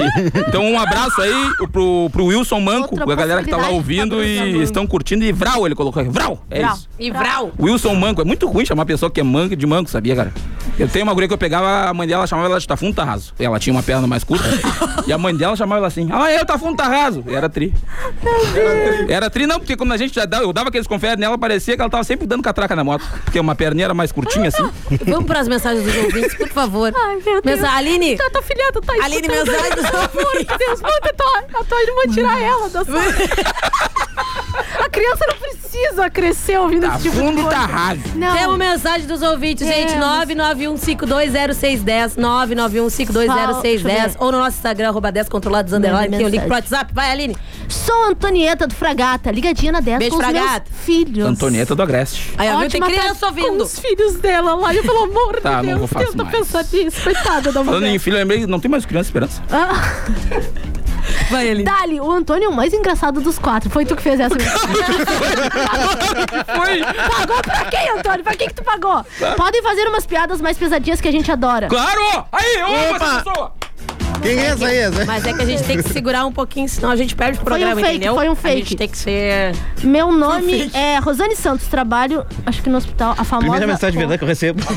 Speaker 2: Então, um abraço aí pro, pro Wilson Manco, a galera que tá lá ouvindo e estão curtindo. E Vral, ele colocou aqui. Vral! É isso.
Speaker 4: E Vral.
Speaker 2: Wilson Manco, é muito ruim chamar a pessoa que é manco de manco, sabia, cara? Eu tenho uma guria que eu pegava, a mãe dela chamava ela de Tafum Tarraso. Ela tinha uma perna mais curta. e a mãe dela chamava ela assim, ah, eu Tafum Tarraso. E Era tri. Era tri não, porque quando a gente já dava, eu dava aqueles confere nela, parecia que ela tava sempre dando catraca na moto. Porque uma perninha era mais curtinha assim.
Speaker 4: Vamos pras mensagens dos ouvintes, por favor. Ai, meu
Speaker 5: Deus.
Speaker 4: Aline.
Speaker 5: Tá, tá filhada, tá
Speaker 4: Aline,
Speaker 5: escutando.
Speaker 4: mensagens dos
Speaker 5: Pelo amor de Deus, manda a tua, a tua irmã tirar ela da sala. A criança não precisa crescer ouvindo
Speaker 2: Tá
Speaker 5: esse tipo de coisa. Não.
Speaker 4: Temos mensagem dos ouvintes, gente.
Speaker 5: Temos.
Speaker 4: 991520610, 991520610
Speaker 5: Deixa eu ver.
Speaker 4: ou no nosso Instagram, arroba 10 controlados,
Speaker 5: Manda
Speaker 4: underline, tem o link
Speaker 5: mensagem.
Speaker 4: pro WhatsApp. Vai, Aline.
Speaker 5: Sou Antonieta do Fragata, ligadinha na 10
Speaker 4: Beijo,
Speaker 5: com os
Speaker 4: Fragata.
Speaker 5: meus filhos.
Speaker 2: Antonieta do Agreste.
Speaker 4: Aí, ó, viu? Tem
Speaker 5: Ótima
Speaker 4: criança
Speaker 5: tarde
Speaker 4: ouvindo.
Speaker 5: Com os filhos dela lá, eu, pelo amor
Speaker 2: Tá,
Speaker 5: de
Speaker 2: não
Speaker 5: Deus,
Speaker 2: vou fazer
Speaker 5: tenta
Speaker 2: mais.
Speaker 5: pensar nisso, coitada da
Speaker 2: Falando
Speaker 5: mulher.
Speaker 2: em filho, eu lembrei, não tem mais criança esperança.
Speaker 5: Ah.
Speaker 4: Vai, Aline.
Speaker 5: Dali, o Antônio é o mais engraçado dos quatro. Foi tu que fez essa mesmo.
Speaker 2: Foi.
Speaker 5: Pagou pra quem, Antônio? Pra quem que tu pagou? Podem fazer umas piadas mais pesadinhas que a gente adora.
Speaker 2: Claro! Aí, eu amo essa pessoa!
Speaker 6: Quem é essa aí? Essa?
Speaker 4: Mas é que a gente tem que segurar um pouquinho, senão a gente perde o
Speaker 5: Foi um
Speaker 4: programa,
Speaker 5: fake,
Speaker 4: entendeu?
Speaker 5: foi um
Speaker 4: A
Speaker 5: fake.
Speaker 4: gente tem que ser...
Speaker 5: Meu nome é Rosane Santos, trabalho, acho que no hospital, a famosa...
Speaker 6: Primeira mensagem de verdade que eu recebo.
Speaker 5: HE, HE.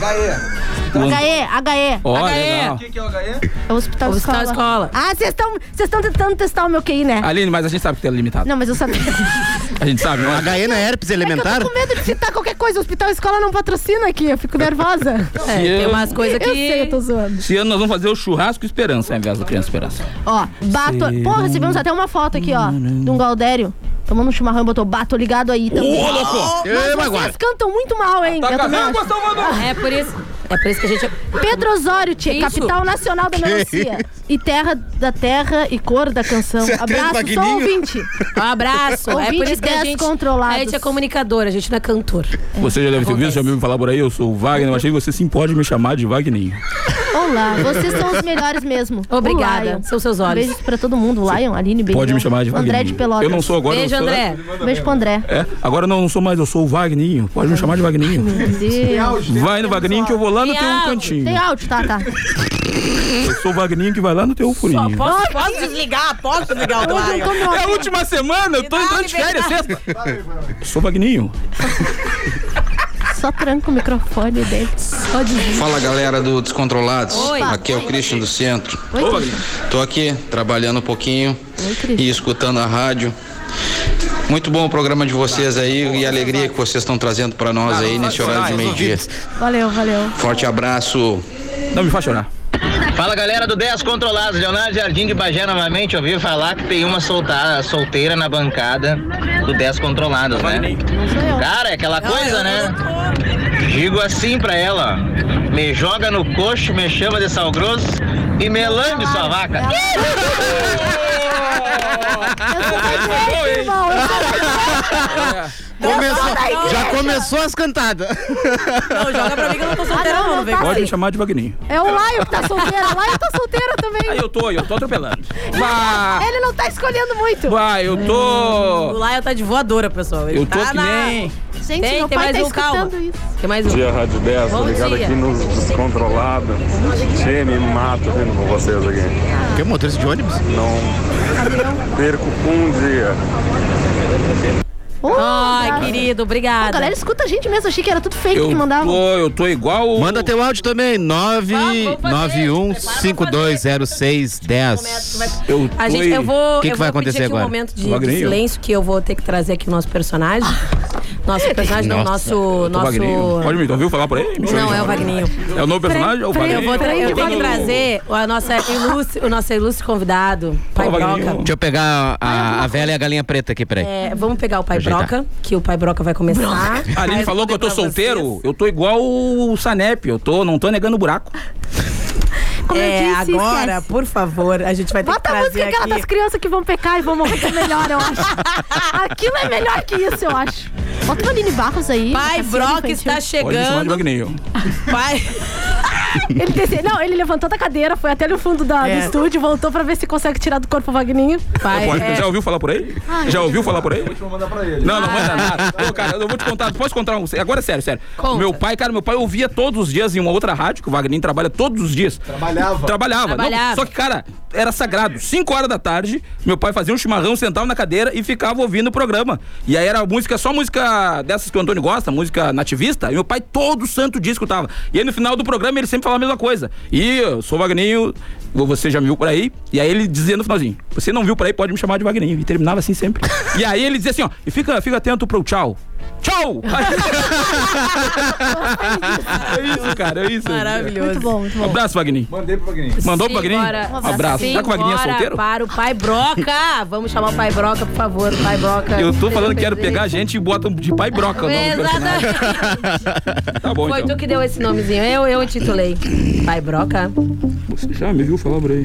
Speaker 6: Ó,
Speaker 5: HE.
Speaker 6: legal.
Speaker 5: que, é o HE? É o hospital,
Speaker 4: Hospital
Speaker 5: escola.
Speaker 4: Escola.
Speaker 5: Ah, vocês estão vocês estão tentando testar o meu QI, né?
Speaker 2: Aline, mas a gente sabe que tu é limitado.
Speaker 5: Não, mas eu sabia.
Speaker 2: A gente sabe, não é?
Speaker 6: HN é herpes elementar?
Speaker 5: Eu tô com medo de citar qualquer coisa. O hospital escola não patrocina aqui. Eu fico nervosa.
Speaker 2: É, Se tem eu- umas
Speaker 4: coisas
Speaker 5: Eu sei, eu tô zoando.
Speaker 2: Esse ano nós vamos fazer o churrasco esperança, ao invés do criança esperança.
Speaker 5: Ó, bato.
Speaker 2: Sei.
Speaker 5: Porra, recebemos até uma foto aqui, ó. De um Galdério. Tomando um chimarrão e botou bato ligado aí também.
Speaker 2: Ô, louco!
Speaker 5: Mas
Speaker 2: Ê,
Speaker 5: vocês
Speaker 2: Maguire.
Speaker 5: cantam muito mal,
Speaker 4: Tá
Speaker 5: hein? Eu também acho.
Speaker 4: É por isso... É por isso que a gente...
Speaker 5: Pedro Osório, tia,
Speaker 4: Isso.
Speaker 5: capital nacional da
Speaker 4: Que
Speaker 5: melancia. E terra da terra e cor da canção.
Speaker 4: Você atende
Speaker 5: Abraço, sou
Speaker 4: Magninho?
Speaker 5: ouvinte.
Speaker 4: Um abraço. é por
Speaker 5: Ouvinte
Speaker 4: isso que a
Speaker 5: 10
Speaker 4: gente...
Speaker 5: controlados.
Speaker 4: A gente é comunicador, a gente não é cantor.
Speaker 2: Você já deve ter visto, já me ouviu falar por aí, eu sou o Wagner, mas achei que você sim pode me chamar de Wagner.
Speaker 5: Olá, vocês são os melhores mesmo.
Speaker 4: Obrigada,
Speaker 5: O Lion.
Speaker 4: são seus olhos.
Speaker 5: Beijos pra todo mundo. Lion, Aline, beijo.
Speaker 2: Pode me chamar de
Speaker 5: André
Speaker 2: Wagninho.
Speaker 5: de Pelotas.
Speaker 2: Eu não sou agora, Beijo, eu sou- né? André.
Speaker 5: Beijo pro André.
Speaker 2: É, agora não, não sou mais, eu sou o Wagninho. Pode me chamar de Wagninho.
Speaker 5: Meu
Speaker 2: é
Speaker 5: Deus.
Speaker 2: Vai no Wagninho que eu vou lá no
Speaker 5: Tem
Speaker 2: teu
Speaker 5: áudio.
Speaker 2: cantinho.
Speaker 5: Tem áudio, tá, tá.
Speaker 2: Eu sou o Wagninho que vai lá no teu furinho.
Speaker 21: Posso, posso desligar? Posso desligar o
Speaker 2: Hoje eu
Speaker 21: Lion?
Speaker 2: tô meu- É a última semana, eu tô
Speaker 21: Me dá
Speaker 2: entrando de férias
Speaker 21: liberdade.
Speaker 2: sexta. Sou Wagninho.
Speaker 5: Só tranca o microfone dele. Só desliga.
Speaker 1: Fala galera do Descontrolados,
Speaker 5: Oi.
Speaker 1: aqui é o Christian do Centro.
Speaker 5: Oi, Oi. Christian.
Speaker 1: Tô aqui trabalhando um pouquinho
Speaker 5: Oi, Christian.
Speaker 1: e escutando a rádio. Muito bom o programa de vocês aí e a alegria que vocês estão trazendo pra nós aí nesse horário de meio-dia.
Speaker 5: Valeu, valeu.
Speaker 1: Forte abraço.
Speaker 2: Não me faz chorar.
Speaker 20: Fala galera do 10 Controlados, Leonardo Jardim de Bagé novamente. Ouvi falar que tem uma solta- solteira na bancada do 10 Controlados, né? Cara, é aquela coisa, né? Digo assim pra ela: ó, me joga no coxo, me chama de sal grosso e me lambe sua vaca.
Speaker 6: Começou, já começou as cantadas.
Speaker 4: Não, joga pra mim que eu não tô solteira, não. não vem
Speaker 2: Pode me
Speaker 4: com
Speaker 2: chamar de Vagninho.
Speaker 5: É o Laio que tá solteira. O Laio tá solteira também.
Speaker 2: Eu tô, eu tô atropelando.
Speaker 5: Ele,
Speaker 2: Bah,
Speaker 5: ele não tá escolhendo muito.
Speaker 2: Vai, eu tô.
Speaker 4: O Laio tá de voadora, pessoal. Ele
Speaker 2: Eu tô
Speaker 4: tá
Speaker 2: que
Speaker 4: na-
Speaker 2: nem-
Speaker 5: Gente,
Speaker 4: tem,
Speaker 5: meu
Speaker 4: tem
Speaker 5: pai
Speaker 4: mais
Speaker 5: tá
Speaker 4: um, calma.
Speaker 5: escutando isso.
Speaker 4: Tem mais
Speaker 7: Bom
Speaker 4: um.
Speaker 7: dia, Rádio 10,
Speaker 4: Bom
Speaker 7: tô ligado
Speaker 4: dia.
Speaker 7: aqui nos descontrolados. Che, me mato vendo com vocês aqui.
Speaker 6: Que um motorista de ônibus?
Speaker 7: Não perco um dia.
Speaker 4: Ai, querido, obrigada.
Speaker 5: A galera escuta a gente mesmo. Achei que era tudo fake que
Speaker 4: Então.
Speaker 5: mandava.
Speaker 2: eu tô igual.
Speaker 6: Manda teu áudio também.
Speaker 4: Tá,
Speaker 6: 991520610.
Speaker 2: Eu
Speaker 4: A gente, eu vou,
Speaker 6: O que,
Speaker 4: eu
Speaker 6: que vai
Speaker 4: vou pedir
Speaker 6: acontecer
Speaker 4: aqui
Speaker 6: agora?
Speaker 4: um momento de, de silêncio que eu vou ter que trazer aqui o nosso personagem. Nosso personagem não,
Speaker 2: Nossa,
Speaker 4: nosso.
Speaker 2: eu tô Vagninho.
Speaker 4: nosso...
Speaker 2: Pode me, tu ouviu falar por aí? Me chama
Speaker 4: Não,
Speaker 2: de
Speaker 4: é o Vagninho.
Speaker 2: É o novo personagem? É o Vagninho?
Speaker 4: Eu, vou tra- eu tenho que trazer a nossa ilustre, o nosso ilustre convidado, Pai Broca.
Speaker 6: Deixa eu pegar a, a velha e a galinha preta aqui, peraí.
Speaker 4: É, vamos pegar o Pai
Speaker 6: Ajeitar.
Speaker 4: Broca, que o Pai Broca vai começar.
Speaker 2: A Aline falou que eu tô solteiro. Eu tô igual o Sanep. Eu tô, não tô negando buraco.
Speaker 5: Como eu
Speaker 4: é,
Speaker 5: disse,
Speaker 4: agora,
Speaker 5: esquece.
Speaker 4: por favor, a gente vai ter que
Speaker 5: Bota a
Speaker 4: trazer
Speaker 5: música aquela
Speaker 4: aqui...
Speaker 5: das crianças que vão pecar e vão morrer que é melhor, eu acho. Aquilo é melhor que isso, eu acho. Bota uma Aline Barros aí. uma
Speaker 4: Pai
Speaker 5: Cassiane
Speaker 4: Broca
Speaker 5: infantil.
Speaker 4: está
Speaker 2: Pode me chamar de
Speaker 4: chegando.
Speaker 2: Vagninho.
Speaker 4: Pai...
Speaker 5: Ele desceu- não, ele levantou da cadeira, foi até no fundo da-
Speaker 2: É.
Speaker 5: do estúdio, voltou pra ver se consegue tirar do corpo o Vagninho.
Speaker 2: Pode- Já ouviu falar por aí?
Speaker 5: é. Ai,
Speaker 2: Já
Speaker 5: eu
Speaker 2: ouviu falar por aí? Não, não manda nada. Ô, cara, eu vou te contar. Posso contar um? Agora, sério, sério. Meu pai, cara, meu pai ouvia todos os dias em uma outra rádio, que o Wagner trabalha todos os dias. Trabalhava. Trabalhava. Não,
Speaker 9: Trabalhava.
Speaker 2: só que, cara, era sagrado. Cinco horas da tarde, meu pai fazia um chimarrão, sentava na cadeira e ficava ouvindo o programa. E aí era música, só música dessas que o Antônio gosta, música nativista. E meu pai todo santo dia escutava. E aí no final do programa ele sempre falava a mesma coisa. E eu sou o Wagninho, você já me viu por aí. E aí ele dizia no finalzinho: Você não viu por aí, pode me chamar de Wagninho. E terminava assim sempre. e aí ele dizia assim: ó, e fica, fica atento pro tchau. Tchau! é isso, cara, é isso.
Speaker 4: Maravilhoso. Muito bom, muito bom.
Speaker 2: Abraço, Wagninho. Mandei pro Wagninho. Mandou pro Wagninho?
Speaker 4: Simbora.
Speaker 2: Abraço. Já que o Wagninho é
Speaker 4: Simbora
Speaker 2: solteiro?
Speaker 4: Para o Pai Broca. Vamos chamar o Pai Broca, por favor. O Pai Broca.
Speaker 2: Eu tô falando que quero pegar a gente e bota de pai broca o nome do personagem.
Speaker 4: Exatamente.
Speaker 2: Tá bom,
Speaker 4: Foi
Speaker 2: então.
Speaker 4: tu que deu esse nomezinho. Eu, eu intitulei. Pai Broca.
Speaker 2: Você já me viu falar por aí.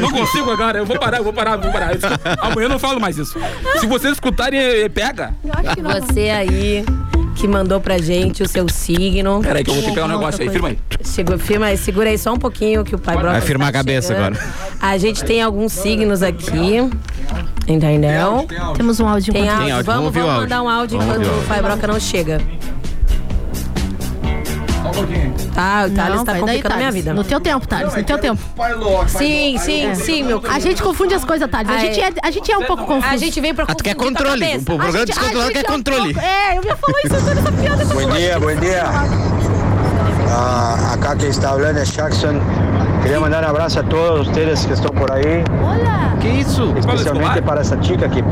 Speaker 2: Não consigo agora, eu vou parar, eu vou parar, eu vou parar. Eu escuto- Amanhã eu não falo mais isso. Se vocês escutarem, eh, pega.
Speaker 4: Você aí que mandou pra gente o seu signo.
Speaker 2: Peraí que eu vou ter que pegar um negócio aí, firma aí.
Speaker 4: Chegou, firma aí, segura aí só um pouquinho que o pai Broca.
Speaker 6: Vai firmar a
Speaker 4: está
Speaker 6: cabeça
Speaker 4: chegando.
Speaker 6: agora.
Speaker 4: A gente tem alguns signos aqui. Entendeu?
Speaker 5: Temos um áudio.
Speaker 4: Tem
Speaker 5: enquanto-
Speaker 4: áudio. Vamos, vamos mandar um áudio
Speaker 5: Vamos
Speaker 4: enquanto
Speaker 5: ouvir o
Speaker 4: o pai Broca não chega.
Speaker 2: um
Speaker 4: Tá, o Thales
Speaker 5: Não,
Speaker 4: tá
Speaker 5: vai daí,
Speaker 4: complicando a minha
Speaker 5: Thales.
Speaker 4: vida.
Speaker 5: No teu tempo, Thales, no teu tempo.
Speaker 4: Sim, sim, sim, meu
Speaker 5: A gente confunde as coisas, Thales. A
Speaker 4: Ah,
Speaker 5: gente
Speaker 4: é.
Speaker 5: é, a gente é um pouco confuso.
Speaker 4: A gente vem pra
Speaker 6: Ah,
Speaker 2: é
Speaker 6: tu quer confundir tua controle. cabeça. O programa
Speaker 5: A gente-
Speaker 6: descontrolado
Speaker 5: a gente
Speaker 6: quer
Speaker 5: é um
Speaker 6: controle.
Speaker 5: pouco- É, eu ia falar isso, eu tô nessa piada. essa
Speaker 10: Buen
Speaker 5: porra.
Speaker 10: día, buen día. Ah, acá que está hablando es Jackson. Quería mandar un abrazo a todos ustedes que están por ahí. Hola. ¿Qué hizo? Especialmente para esa chica que.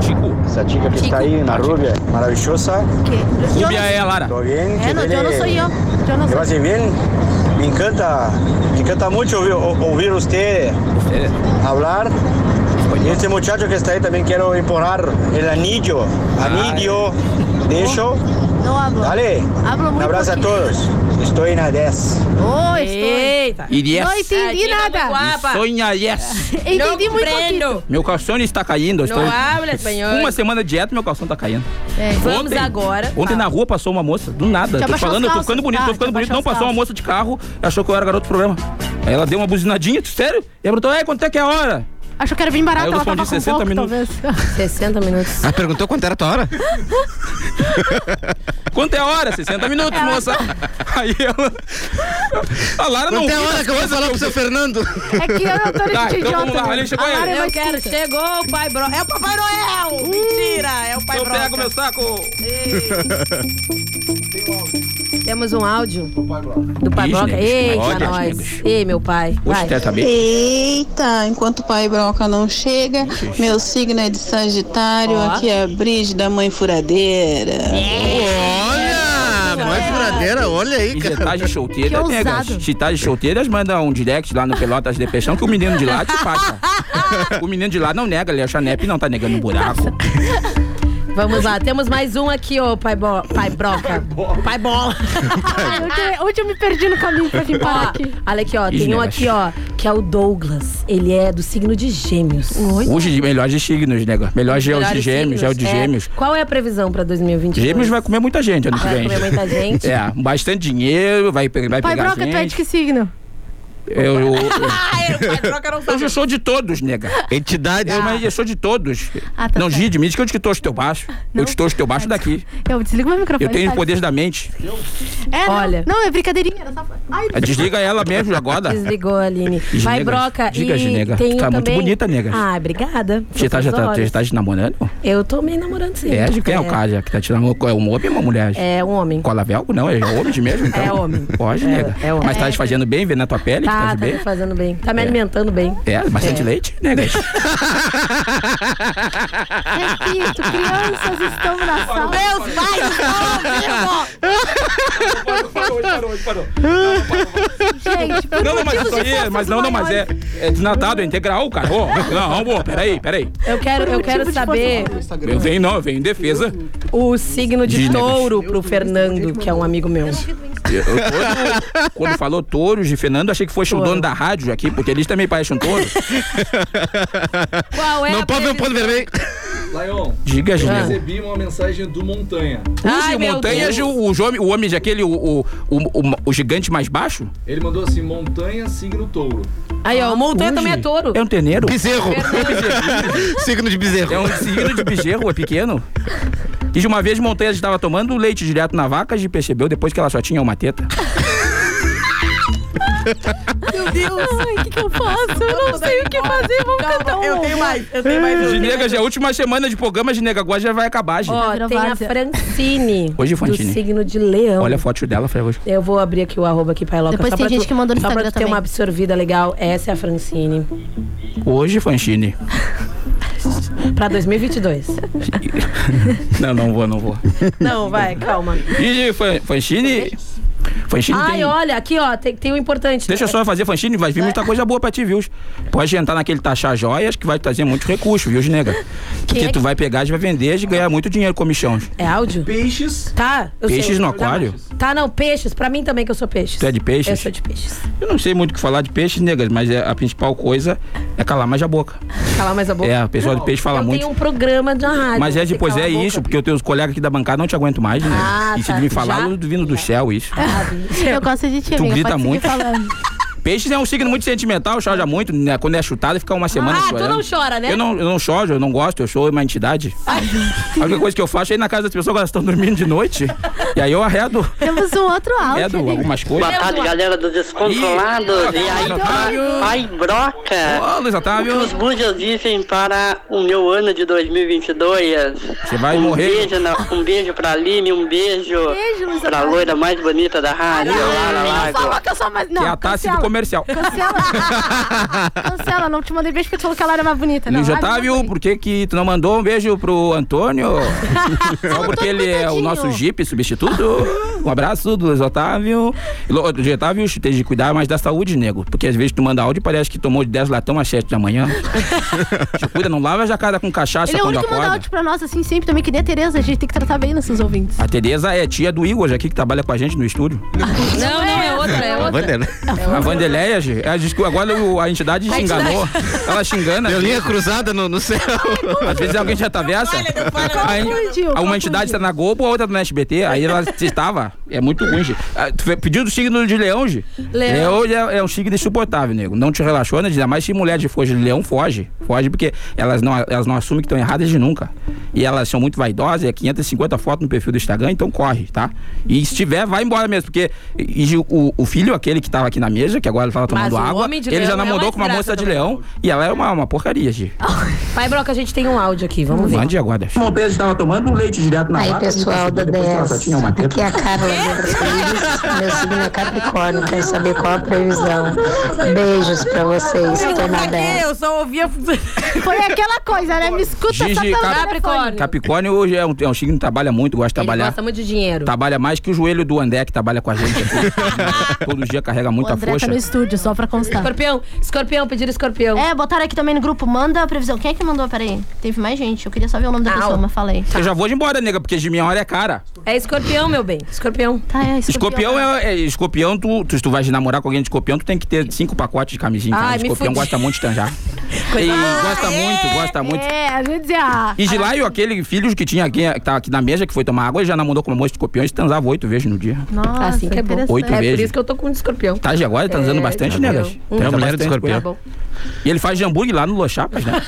Speaker 2: Chico.
Speaker 10: Esa chica que está ahí, una rubia maravillosa.
Speaker 5: ¿Qué? Rubia
Speaker 2: es Lara.
Speaker 10: ¿Todo bien?
Speaker 5: É,
Speaker 10: ¿Que
Speaker 5: não, eu
Speaker 10: tiene-
Speaker 5: não sou eu. Eu não
Speaker 10: ¿Le
Speaker 5: sou.
Speaker 10: va a hacer bien? Me encanta, me encanta mucho oír, o- oír usted hablar. Y este muchacho que está ahí también quiero empujar el anillo, anillo. De hecho,
Speaker 5: No hablo.
Speaker 10: Dale.
Speaker 5: Hablo
Speaker 10: Un
Speaker 5: muy
Speaker 10: abrazo a todos. Estoy en ADES.
Speaker 5: Oh,
Speaker 4: Eita.
Speaker 5: estou.
Speaker 2: E yes.
Speaker 5: Não entendi
Speaker 4: Tadinha,
Speaker 5: nada.
Speaker 4: É, guapa.
Speaker 5: Ah,
Speaker 2: Sonha, yes.
Speaker 5: Entendi muito pouquinho.
Speaker 2: Meu calção está caindo. eu
Speaker 4: Não
Speaker 2: estou...
Speaker 4: habla espanhol.
Speaker 2: Uma semana de dieta, meu calção tá caindo.
Speaker 4: É, vamos agora.
Speaker 2: Ontem
Speaker 4: Fala.
Speaker 2: na rua passou uma moça, do nada.
Speaker 4: Deixa
Speaker 2: tô
Speaker 4: eu abaixar
Speaker 2: falando,
Speaker 4: as
Speaker 2: eu tô
Speaker 4: calças.
Speaker 2: ficando bonito,
Speaker 4: Tá,
Speaker 2: tô
Speaker 4: deixa eu
Speaker 2: ficando bonito. Não,
Speaker 4: abaixar as
Speaker 2: passou uma
Speaker 4: calças.
Speaker 2: moça de carro, achou que eu era garoto do programa. Aí ela deu uma buzinadinha, tu, sério? E ela perguntou, é, quanto é que é a hora?
Speaker 5: Acho que era bem
Speaker 2: Aí
Speaker 5: barato,
Speaker 2: eu
Speaker 5: ela
Speaker 2: respondi
Speaker 5: tava com
Speaker 2: 60
Speaker 5: pouco,
Speaker 2: minutos.
Speaker 5: talvez.
Speaker 4: 60 minutos.
Speaker 6: Ah, perguntou quanto era a tua hora?
Speaker 2: Quanto é a hora? 60 minutos, moça.
Speaker 4: tá-
Speaker 2: Aí ela. A Lara não.
Speaker 6: Quanto é a
Speaker 2: ri
Speaker 6: hora
Speaker 2: das
Speaker 6: que eu vou
Speaker 2: coisas
Speaker 6: falar pro seu Fernando?
Speaker 5: É que eu não tô
Speaker 2: Tá,
Speaker 5: nesse
Speaker 2: então vamos lá, é olha, chegou ele.
Speaker 4: Eu quero, chegou o Pai Broca. É o Papai
Speaker 5: Hum.
Speaker 4: Noel! Mentira, é o Pai
Speaker 2: Não
Speaker 4: Broca.
Speaker 2: pega o meu saco.
Speaker 4: Temos um áudio do Pai
Speaker 2: Ih,
Speaker 4: Broca.
Speaker 2: negros.
Speaker 4: Eita,
Speaker 2: Olha,
Speaker 4: nós.
Speaker 2: negros.
Speaker 4: Ei, meu pai. Vai.
Speaker 2: Você tá bem?
Speaker 18: Eita, enquanto o pai Broca não chega, meu signo é de Sagitário, aqui é a Brígida, mãe furadeira.
Speaker 6: Olha! mais furadeira, olha aí,
Speaker 2: cara. Chitagem
Speaker 6: Que
Speaker 2: tá solteira,
Speaker 6: ousado.
Speaker 2: nega. tá Chitagem solteiras manda um direct lá no Pelotas de Peixão que o menino de lá te passa. o menino de lá não nega, ele é chanepe, não tá negando um buraco.
Speaker 4: Vamos lá, temos mais um aqui, ô pai, bo... pai broca. Pai bola.
Speaker 5: Onde eu me perdi no caminho pra vir parar aqui?
Speaker 4: Olha aqui, ó. Tem um
Speaker 2: Esmeralda.
Speaker 4: aqui, ó, que é o Douglas. Ele é do signo de gêmeos.
Speaker 2: Hoje, de melhores signos, nega. Melhor gel de
Speaker 4: Melhores
Speaker 2: gêmeos, gel
Speaker 4: signos.
Speaker 2: de
Speaker 4: É.
Speaker 2: gêmeos.
Speaker 4: Qual é a previsão pra 2022?
Speaker 2: Gêmeos vai comer muita gente ano que
Speaker 4: Vai
Speaker 2: vem.
Speaker 4: comer muita gente. tá
Speaker 2: É, bastante dinheiro, vai, pe- vai
Speaker 5: Pai
Speaker 2: pegar
Speaker 5: Broca, tu é de
Speaker 2: gente.
Speaker 5: que signo?
Speaker 2: Eu, eu, eu, Hoje eu sou de todos, nega. Entidade. Eu, mas eu sou de todos.
Speaker 5: Ah, tá
Speaker 2: não ri de mim, diz que eu te torço teu baixo. Eu te torço teu baixo
Speaker 4: Tá
Speaker 2: daqui.
Speaker 5: Eu desligo meu microfone.
Speaker 2: Eu tenho os
Speaker 5: tá?
Speaker 2: poderes da mente.
Speaker 5: É, Olha. Não, é brincadeirinha. Era só... Ai,
Speaker 2: Desliga ela mesmo agora.
Speaker 4: Desligou, Aline.
Speaker 2: Diga,
Speaker 4: Vai,
Speaker 2: nega.
Speaker 4: broca.
Speaker 2: Diga,
Speaker 4: e
Speaker 2: nega.
Speaker 4: tem um
Speaker 2: Tu tá muito
Speaker 4: também-
Speaker 2: bonita, nega.
Speaker 4: Ah, obrigada.
Speaker 2: Você tá, já
Speaker 4: Seus
Speaker 2: tá,
Speaker 4: olhos.
Speaker 2: já tá te namorando?
Speaker 4: Eu tô meio namorando sim.
Speaker 2: é, de quem é o cara que tá te namorando? É um homem ou uma mulher?
Speaker 4: É um homem.
Speaker 2: Cola velcro? Não, é homem mesmo? Então.
Speaker 4: É homem.
Speaker 2: Pode,
Speaker 4: É,
Speaker 2: nega.
Speaker 4: é homem.
Speaker 2: Mas tá te fazendo bem, vendo na tua pele? que
Speaker 4: Tá,
Speaker 2: tá
Speaker 4: tá
Speaker 2: de bem?
Speaker 4: me fazendo bem. Tá me alimentando bem.
Speaker 2: É, bastante
Speaker 4: É.
Speaker 2: leite, nega.
Speaker 5: Repito, crianças estão na sala.
Speaker 4: Deus, vai,
Speaker 2: Parou, parou.
Speaker 5: Gente, por
Speaker 2: Não, não, mas
Speaker 5: motivos
Speaker 2: isso
Speaker 5: de
Speaker 2: aí, é-
Speaker 5: forças
Speaker 2: mas não, não, mas é, é desnatado, é integral, cara. Ô, não, pô, peraí, peraí.
Speaker 4: Eu quero, eu quero saber
Speaker 2: Eu venho não, eu venho em defesa.
Speaker 4: o signo de
Speaker 2: Diga.
Speaker 4: touro pro Fernando, que é um amigo meu.
Speaker 2: Eu- eu- quando, quando falou touros de Fernando, achei que fosse o dono da rádio aqui, porque eles também parecem um touro.
Speaker 4: Qual
Speaker 6: Não pode ver um ponto vermelho.
Speaker 9: Lion,
Speaker 2: Diga,
Speaker 9: eu
Speaker 2: Julião.
Speaker 9: recebi uma mensagem do Montanha.
Speaker 2: Use montanhas, o, o, homem- o homem de aquele, o, o, o, o- o gigante mais baixo?
Speaker 9: Ele mandou assim, Montanha, signo touro.
Speaker 4: Aí, ó, o Montanha também é touro.
Speaker 2: É um terneiro?
Speaker 6: Bezerro.
Speaker 2: signo de bezerro. É um signo de bezerro, é pequeno. E de uma vez Montanha estava tomando leite direto na vaca e percebeu depois que ela só tinha uma teta.
Speaker 4: Meu Deus, o que, que eu faço? Eu não sei o que fazer, vamos cantar um. Eu tenho mais, eu tenho
Speaker 2: De nega, já é a última semana de programa de nega, agora já vai acabar, gente.
Speaker 4: Ó, tem a Francine,
Speaker 2: Hoje, é
Speaker 4: do
Speaker 2: Francine.
Speaker 4: signo de leão.
Speaker 2: Olha a foto dela, foi hoje.
Speaker 4: Eu vou abrir aqui o arroba aqui, Pai Loca.
Speaker 5: Depois
Speaker 4: só
Speaker 5: tem
Speaker 4: pra
Speaker 5: gente
Speaker 4: tu-
Speaker 5: que mandou no
Speaker 4: só pra
Speaker 5: Instagram
Speaker 4: tu ter uma
Speaker 5: também.
Speaker 4: absorvida legal. Essa é a Francine.
Speaker 2: Hoje, Fanchine.
Speaker 4: Pra 2022.
Speaker 2: Não, não vou, não vou.
Speaker 4: Não, vai, calma.
Speaker 2: E Fan- Fanchine. Fanchine
Speaker 4: Ai,
Speaker 2: tem.
Speaker 4: olha, aqui, ó, tem, tem um importante.
Speaker 2: Deixa eu só fazer Fanchine, vai vir muita coisa boa pra ti, viu? Pode entrar naquele taxar joias que vai trazer muitos recursos, viu, nega? Porque
Speaker 4: é
Speaker 2: tu
Speaker 4: que-
Speaker 2: vai pegar, vai vender e ganhar muito dinheiro com comichão.
Speaker 4: É áudio?
Speaker 9: Peixes.
Speaker 4: Tá, eu
Speaker 2: Peixes
Speaker 4: sei.
Speaker 2: no aquário?
Speaker 4: Tá, não, peixes. Pra mim também que eu sou peixes.
Speaker 2: Tu é de peixes?
Speaker 4: Eu sou de peixes.
Speaker 2: Eu não sei muito o que falar de peixes, negas, mas é- a principal coisa é calar mais a boca.
Speaker 4: Calar mais a boca.
Speaker 2: É, o pessoal de peixe fala
Speaker 4: eu
Speaker 2: muito.
Speaker 4: Tem um programa de uma rádio.
Speaker 2: Mas é
Speaker 4: você
Speaker 2: depois
Speaker 4: cala
Speaker 2: é
Speaker 4: a boca.
Speaker 2: isso, porque eu tenho os colegas aqui da bancada, não te aguento mais, né?
Speaker 4: Ah,
Speaker 2: isso
Speaker 4: tá.
Speaker 2: de me falar
Speaker 4: Já?
Speaker 2: do vindo do céu, isso.
Speaker 5: Eu gosto de ti,
Speaker 2: Tu
Speaker 5: amiga.
Speaker 2: grita
Speaker 5: pode seguir
Speaker 2: muito.
Speaker 5: falando.
Speaker 2: Peixes é um signo muito sentimental, chora muito, né? Quando é chutado, fica uma semana
Speaker 4: Ah, tu
Speaker 2: chorando.
Speaker 4: não chora, né?
Speaker 2: Eu não, eu não choro, eu não gosto, eu sou uma entidade. A única coisa que eu faço é ir na casa das pessoas, elas estão dormindo de noite, e aí eu arredo,
Speaker 5: Temos um outro áudio.
Speaker 2: arredo algumas coisas.
Speaker 5: Boa tarde,
Speaker 14: galera do Descontrolados. E aí, pai, pai Broca.
Speaker 2: Ó, Luiz Otávio.
Speaker 14: O que os búzios dizem para o meu ano de 2022? Você
Speaker 2: vai
Speaker 14: um
Speaker 2: morrer.
Speaker 14: Beijo na, um beijo pra Aline, um beijo,
Speaker 5: Beijo, Luiz
Speaker 14: pra
Speaker 5: Otávio.
Speaker 14: loira mais bonita da rádio, Lara
Speaker 5: Não
Speaker 14: Lago.
Speaker 5: falou um que eu sou mais. Não,
Speaker 2: que é a Tassi do comercial.
Speaker 5: cancela. Cancela. cancela, não te mandei beijo porque tu falou que ela era mais bonita. Não,
Speaker 2: Luiz
Speaker 5: Ai,
Speaker 2: Otávio, por que que tu não mandou um beijo pro Antônio? Só porque ele é o nosso Jeep substituto. Um abraço do Luiz Otávio. E, Lu- Luiz Otávio, tem de cuidar mais da saúde, nego. Porque às vezes tu manda áudio e parece que tomou de 10 latão às 7 da manhã. Te cuida, não lava já cara com cachaça
Speaker 5: Ele é o
Speaker 2: quando
Speaker 5: único que manda
Speaker 2: acorda.
Speaker 5: áudio pra nós, assim, sempre também, que nem a Tereza. A gente tem que tratar bem nossos ouvintes.
Speaker 2: A Tereza é tia do Igor aqui, que trabalha com a gente no estúdio. né?
Speaker 4: Não, não, é outra, é outra.
Speaker 5: né?
Speaker 2: A Vandeleia, gente, ela diz que agora o- a entidade se enganou. Ela se engana. Deu linha cruzada no, céu. né? Às vezes alguém já atravessa. Aí, uma entidade tá na Globo, a outra tá na SBT. Aí ela estava. É muito ruim, gente. Ah, Tu fe- pediu do signo de leão, gente?
Speaker 4: Leão.
Speaker 2: Leão é, é um signo insuportável, nego. Não te relaciona, ainda mais se mulher de foge de leão, foge. Foge porque elas não, elas não assumem que estão erradas de nunca. E elas são muito vaidosas, é 550 fotos no perfil do Instagram, então corre, tá? E se tiver, vai embora mesmo, porque e, e o, o filho, aquele que tava aqui na mesa, que agora ele tava tomando
Speaker 4: o
Speaker 2: água,
Speaker 4: homem de
Speaker 2: ele já
Speaker 4: leão é
Speaker 2: namorou
Speaker 4: uma
Speaker 2: com uma
Speaker 4: desgraça
Speaker 2: moça de
Speaker 4: também.
Speaker 2: leão e ela é uma, uma porcaria, Gi.
Speaker 4: Pai Broca, a gente tem um áudio aqui, vamos ver.
Speaker 2: Mande agora. Montanha estava tomando leite direto
Speaker 4: Tá
Speaker 14: Aí, pessoal da 10. Aqui é a Carla
Speaker 16: meus filhos. Meu signo é Capricórnio, quero saber qual a previsão. Beijos pra vocês, Bernadette.
Speaker 4: um Eu só ouvia.
Speaker 5: Foi aquela coisa, né? Me escuta só
Speaker 2: Gigi,
Speaker 5: pelo
Speaker 2: Cap-
Speaker 5: telefone.
Speaker 2: Capricórnio hoje é um, é um signo que trabalha muito, gosta de trabalhar.
Speaker 4: Gosta muito de dinheiro.
Speaker 2: Trabalha mais que o joelho do André, que trabalha com a gente aqui. Todo dia carrega
Speaker 5: o
Speaker 2: muita
Speaker 5: André
Speaker 2: força.
Speaker 5: tá no estúdio, só pra constar.
Speaker 4: Escorpião, escorpião, pedir escorpião.
Speaker 5: É, botaram aqui também no grupo, manda a previsão. Quem é que mandou? Peraí, teve mais gente. Eu queria só ver o nome
Speaker 4: Ah,
Speaker 5: da pessoa, mas falei.
Speaker 2: Eu já vou de embora, nega, porque de minha hora é cara.
Speaker 4: É escorpião, meu bem. Escorpião.
Speaker 5: Tá, é
Speaker 2: Escorpião é, é- escorpião, tu, tu, se tu vai namorar com alguém de escorpião, tu tem que ter cinco pacotes de camisinha. em casa.
Speaker 5: Ai, me
Speaker 2: escorpião
Speaker 5: fudi.
Speaker 2: gosta muito de tanjar. E gosta muito, gosta muito.
Speaker 5: É, a gente já.
Speaker 2: E Gilaio, aquele filho que tinha aqui, que tá aqui na mesa, que foi tomar água, ele já namorou com uma moça de escorpião e se transava oito vezes no dia.
Speaker 5: Nossa,
Speaker 4: assim que é bom.
Speaker 2: interessante. Oito
Speaker 4: é por
Speaker 2: vezes.
Speaker 4: isso que eu tô com um escorpião.
Speaker 2: Tá, de agora, tá transando
Speaker 4: É,
Speaker 2: bastante,
Speaker 4: escorpião.
Speaker 2: negas.
Speaker 4: Hum.
Speaker 2: Transa
Speaker 4: Tá
Speaker 2: bastante
Speaker 4: bom.
Speaker 2: com ele.
Speaker 4: Tá bom.
Speaker 2: E ele faz de hambúrguer lá no Los Chapas, né?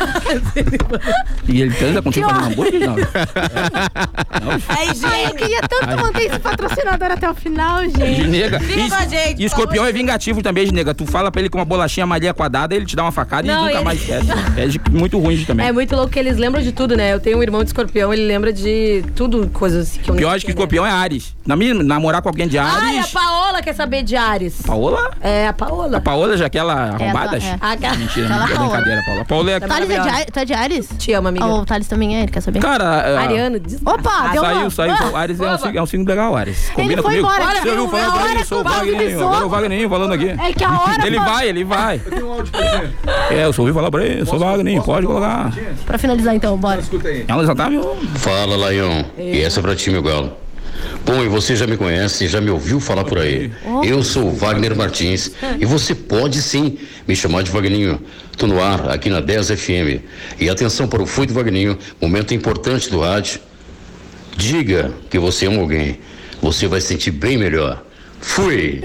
Speaker 2: e ele transa contigo fazendo hambúrguer? Não.
Speaker 5: Ai, eu queria tanto manter esse patrocinador até o final, gente.
Speaker 2: De nega.
Speaker 5: Fica
Speaker 2: E-
Speaker 5: com a gente,
Speaker 2: e escorpião é vingativo também, de nega. Tu fala pra ele que uma bolachinha Maria quadrada, ele te dá uma facada
Speaker 4: Não,
Speaker 2: e nunca
Speaker 4: ele-
Speaker 2: mais esquece. É de- muito ruim também.
Speaker 4: É muito louco que eles lembram de tudo, né? Eu tenho um irmão de escorpião, ele lembra de tudo, coisas assim que eu
Speaker 2: Pior que escorpião é Ares. Na minha, namorar com alguém de
Speaker 4: Ai, a
Speaker 2: Ares.
Speaker 4: Paola quer saber de Ares.
Speaker 2: Paola?
Speaker 4: É, a Paola.
Speaker 2: A Paola já aquela arrombadas?
Speaker 5: É, é.
Speaker 4: Ah,
Speaker 2: Mentira,
Speaker 5: Aquela
Speaker 2: mentira,
Speaker 5: Paola.
Speaker 2: brincadeira, Paola. Paola é
Speaker 5: Thales é de, Ari- tu é de Ares?
Speaker 4: Te amo, amiga.
Speaker 5: o Thales também é, ele quer saber?
Speaker 2: Cara, é-
Speaker 5: Ariano, diz. Opa, deu
Speaker 2: saiu,
Speaker 5: uma-
Speaker 2: saiu.
Speaker 5: Ah,
Speaker 2: Ares é um, signo- é um signo legal, Ares. Combina
Speaker 5: foi
Speaker 2: comigo.
Speaker 5: embora,
Speaker 2: Você
Speaker 5: viu?
Speaker 2: ouviu
Speaker 5: É a
Speaker 2: falando pra
Speaker 5: hora
Speaker 2: mim? Sou o
Speaker 5: que o Paulo
Speaker 2: Wagner.
Speaker 5: avisou.
Speaker 2: Agora o Wagner falando aqui. um
Speaker 5: É que a hora,
Speaker 2: Ele
Speaker 5: Paulo-
Speaker 2: vai, ele vai. É, eu sou ouvi falar pra ele. Sou o Wagner, pode colocar.
Speaker 5: Pra finalizar então, bora.
Speaker 2: Ela já tá, viu?
Speaker 17: Fala, Laião. E essa é pra ti, meu galo. Bom, e você já me conhece, já me ouviu falar por aí. Eu sou o Wagner Martins e você pode sim me chamar de Vagninho. Tô no ar, aqui na 10 FM. E atenção para o Fui do Vagninho, momento importante do rádio. Diga que você ama alguém. Você vai se sentir bem melhor. Fui!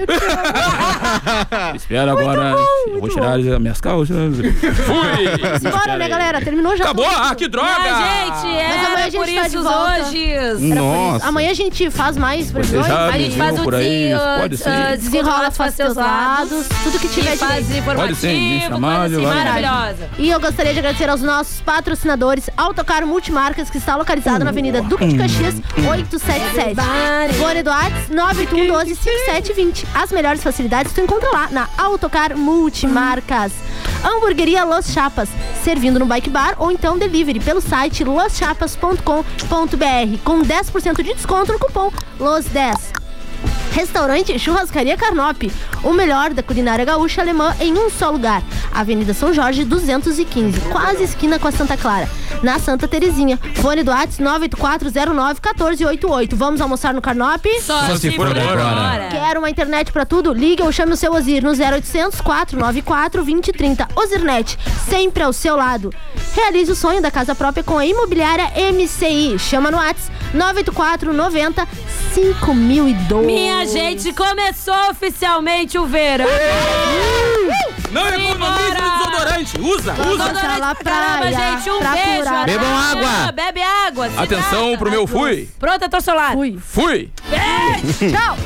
Speaker 2: Ah, Espera agora. Eu vou tirar as minhas calças. Fui!
Speaker 5: Bora, né, galera? Terminou já.
Speaker 2: Acabou?
Speaker 5: tudo.
Speaker 2: Ah, que droga!
Speaker 4: Ah, gente, é,
Speaker 5: Mas amanhã a
Speaker 4: por
Speaker 5: gente tá
Speaker 4: isso
Speaker 5: de
Speaker 4: os
Speaker 5: volta.
Speaker 4: hojes.
Speaker 5: Era por
Speaker 2: Nossa.
Speaker 5: isso. Amanhã a gente faz mais previsões.
Speaker 2: já
Speaker 5: a
Speaker 2: me
Speaker 5: gente
Speaker 2: viu por aí,
Speaker 5: des-
Speaker 2: pode ser.
Speaker 5: ah, Desenrola, faz seus lados. Tudo que tiver
Speaker 4: faz
Speaker 5: direito.
Speaker 2: Pode sim,
Speaker 5: assim,
Speaker 2: me chamar de Wagner.
Speaker 4: maravilhosa.
Speaker 5: E eu gostaria de agradecer aos nossos patrocinadores Autocar Multimarcas, que está localizado na Avenida Duque de Caxias, 877. Fone do Whats, 98112 5720. As melhores facilidades tu encontra lá na Autocar Multimarcas. Hamburgueria Los Chapas, servindo no Bike Bar ou então delivery pelo site loschapas.com.br com 10% de desconto no cupom LOS10. Restaurante Churrascaria Carnop, o melhor da culinária gaúcha alemã em um só lugar. Avenida São Jorge 215, quase esquina com a Santa Clara. Na Santa Terezinha, fone do Whats 984091488. Vamos almoçar no Carnop?
Speaker 4: Só se for agora.
Speaker 5: Quer uma internet pra tudo? Ligue ou chame o seu Ozir no 0800 494 2030. Ozirnet, sempre ao seu lado. Realize o sonho da casa própria com a imobiliária MCI. Chama no Whats 984 90 5002.
Speaker 4: Minha gente, começou oficialmente o verão.
Speaker 2: Não economize desodorante, usa, usa.
Speaker 5: Vamos lá pra
Speaker 4: Caramba,
Speaker 5: praia,
Speaker 4: gente, um
Speaker 5: pra
Speaker 4: beijo.
Speaker 5: curar.
Speaker 4: abraço.
Speaker 2: Bebam água.
Speaker 4: Bebe água. se
Speaker 2: Atenção pro meu fui.
Speaker 4: Protetor solar. Fui.
Speaker 2: Fui.
Speaker 4: Beijo.
Speaker 5: Tchau.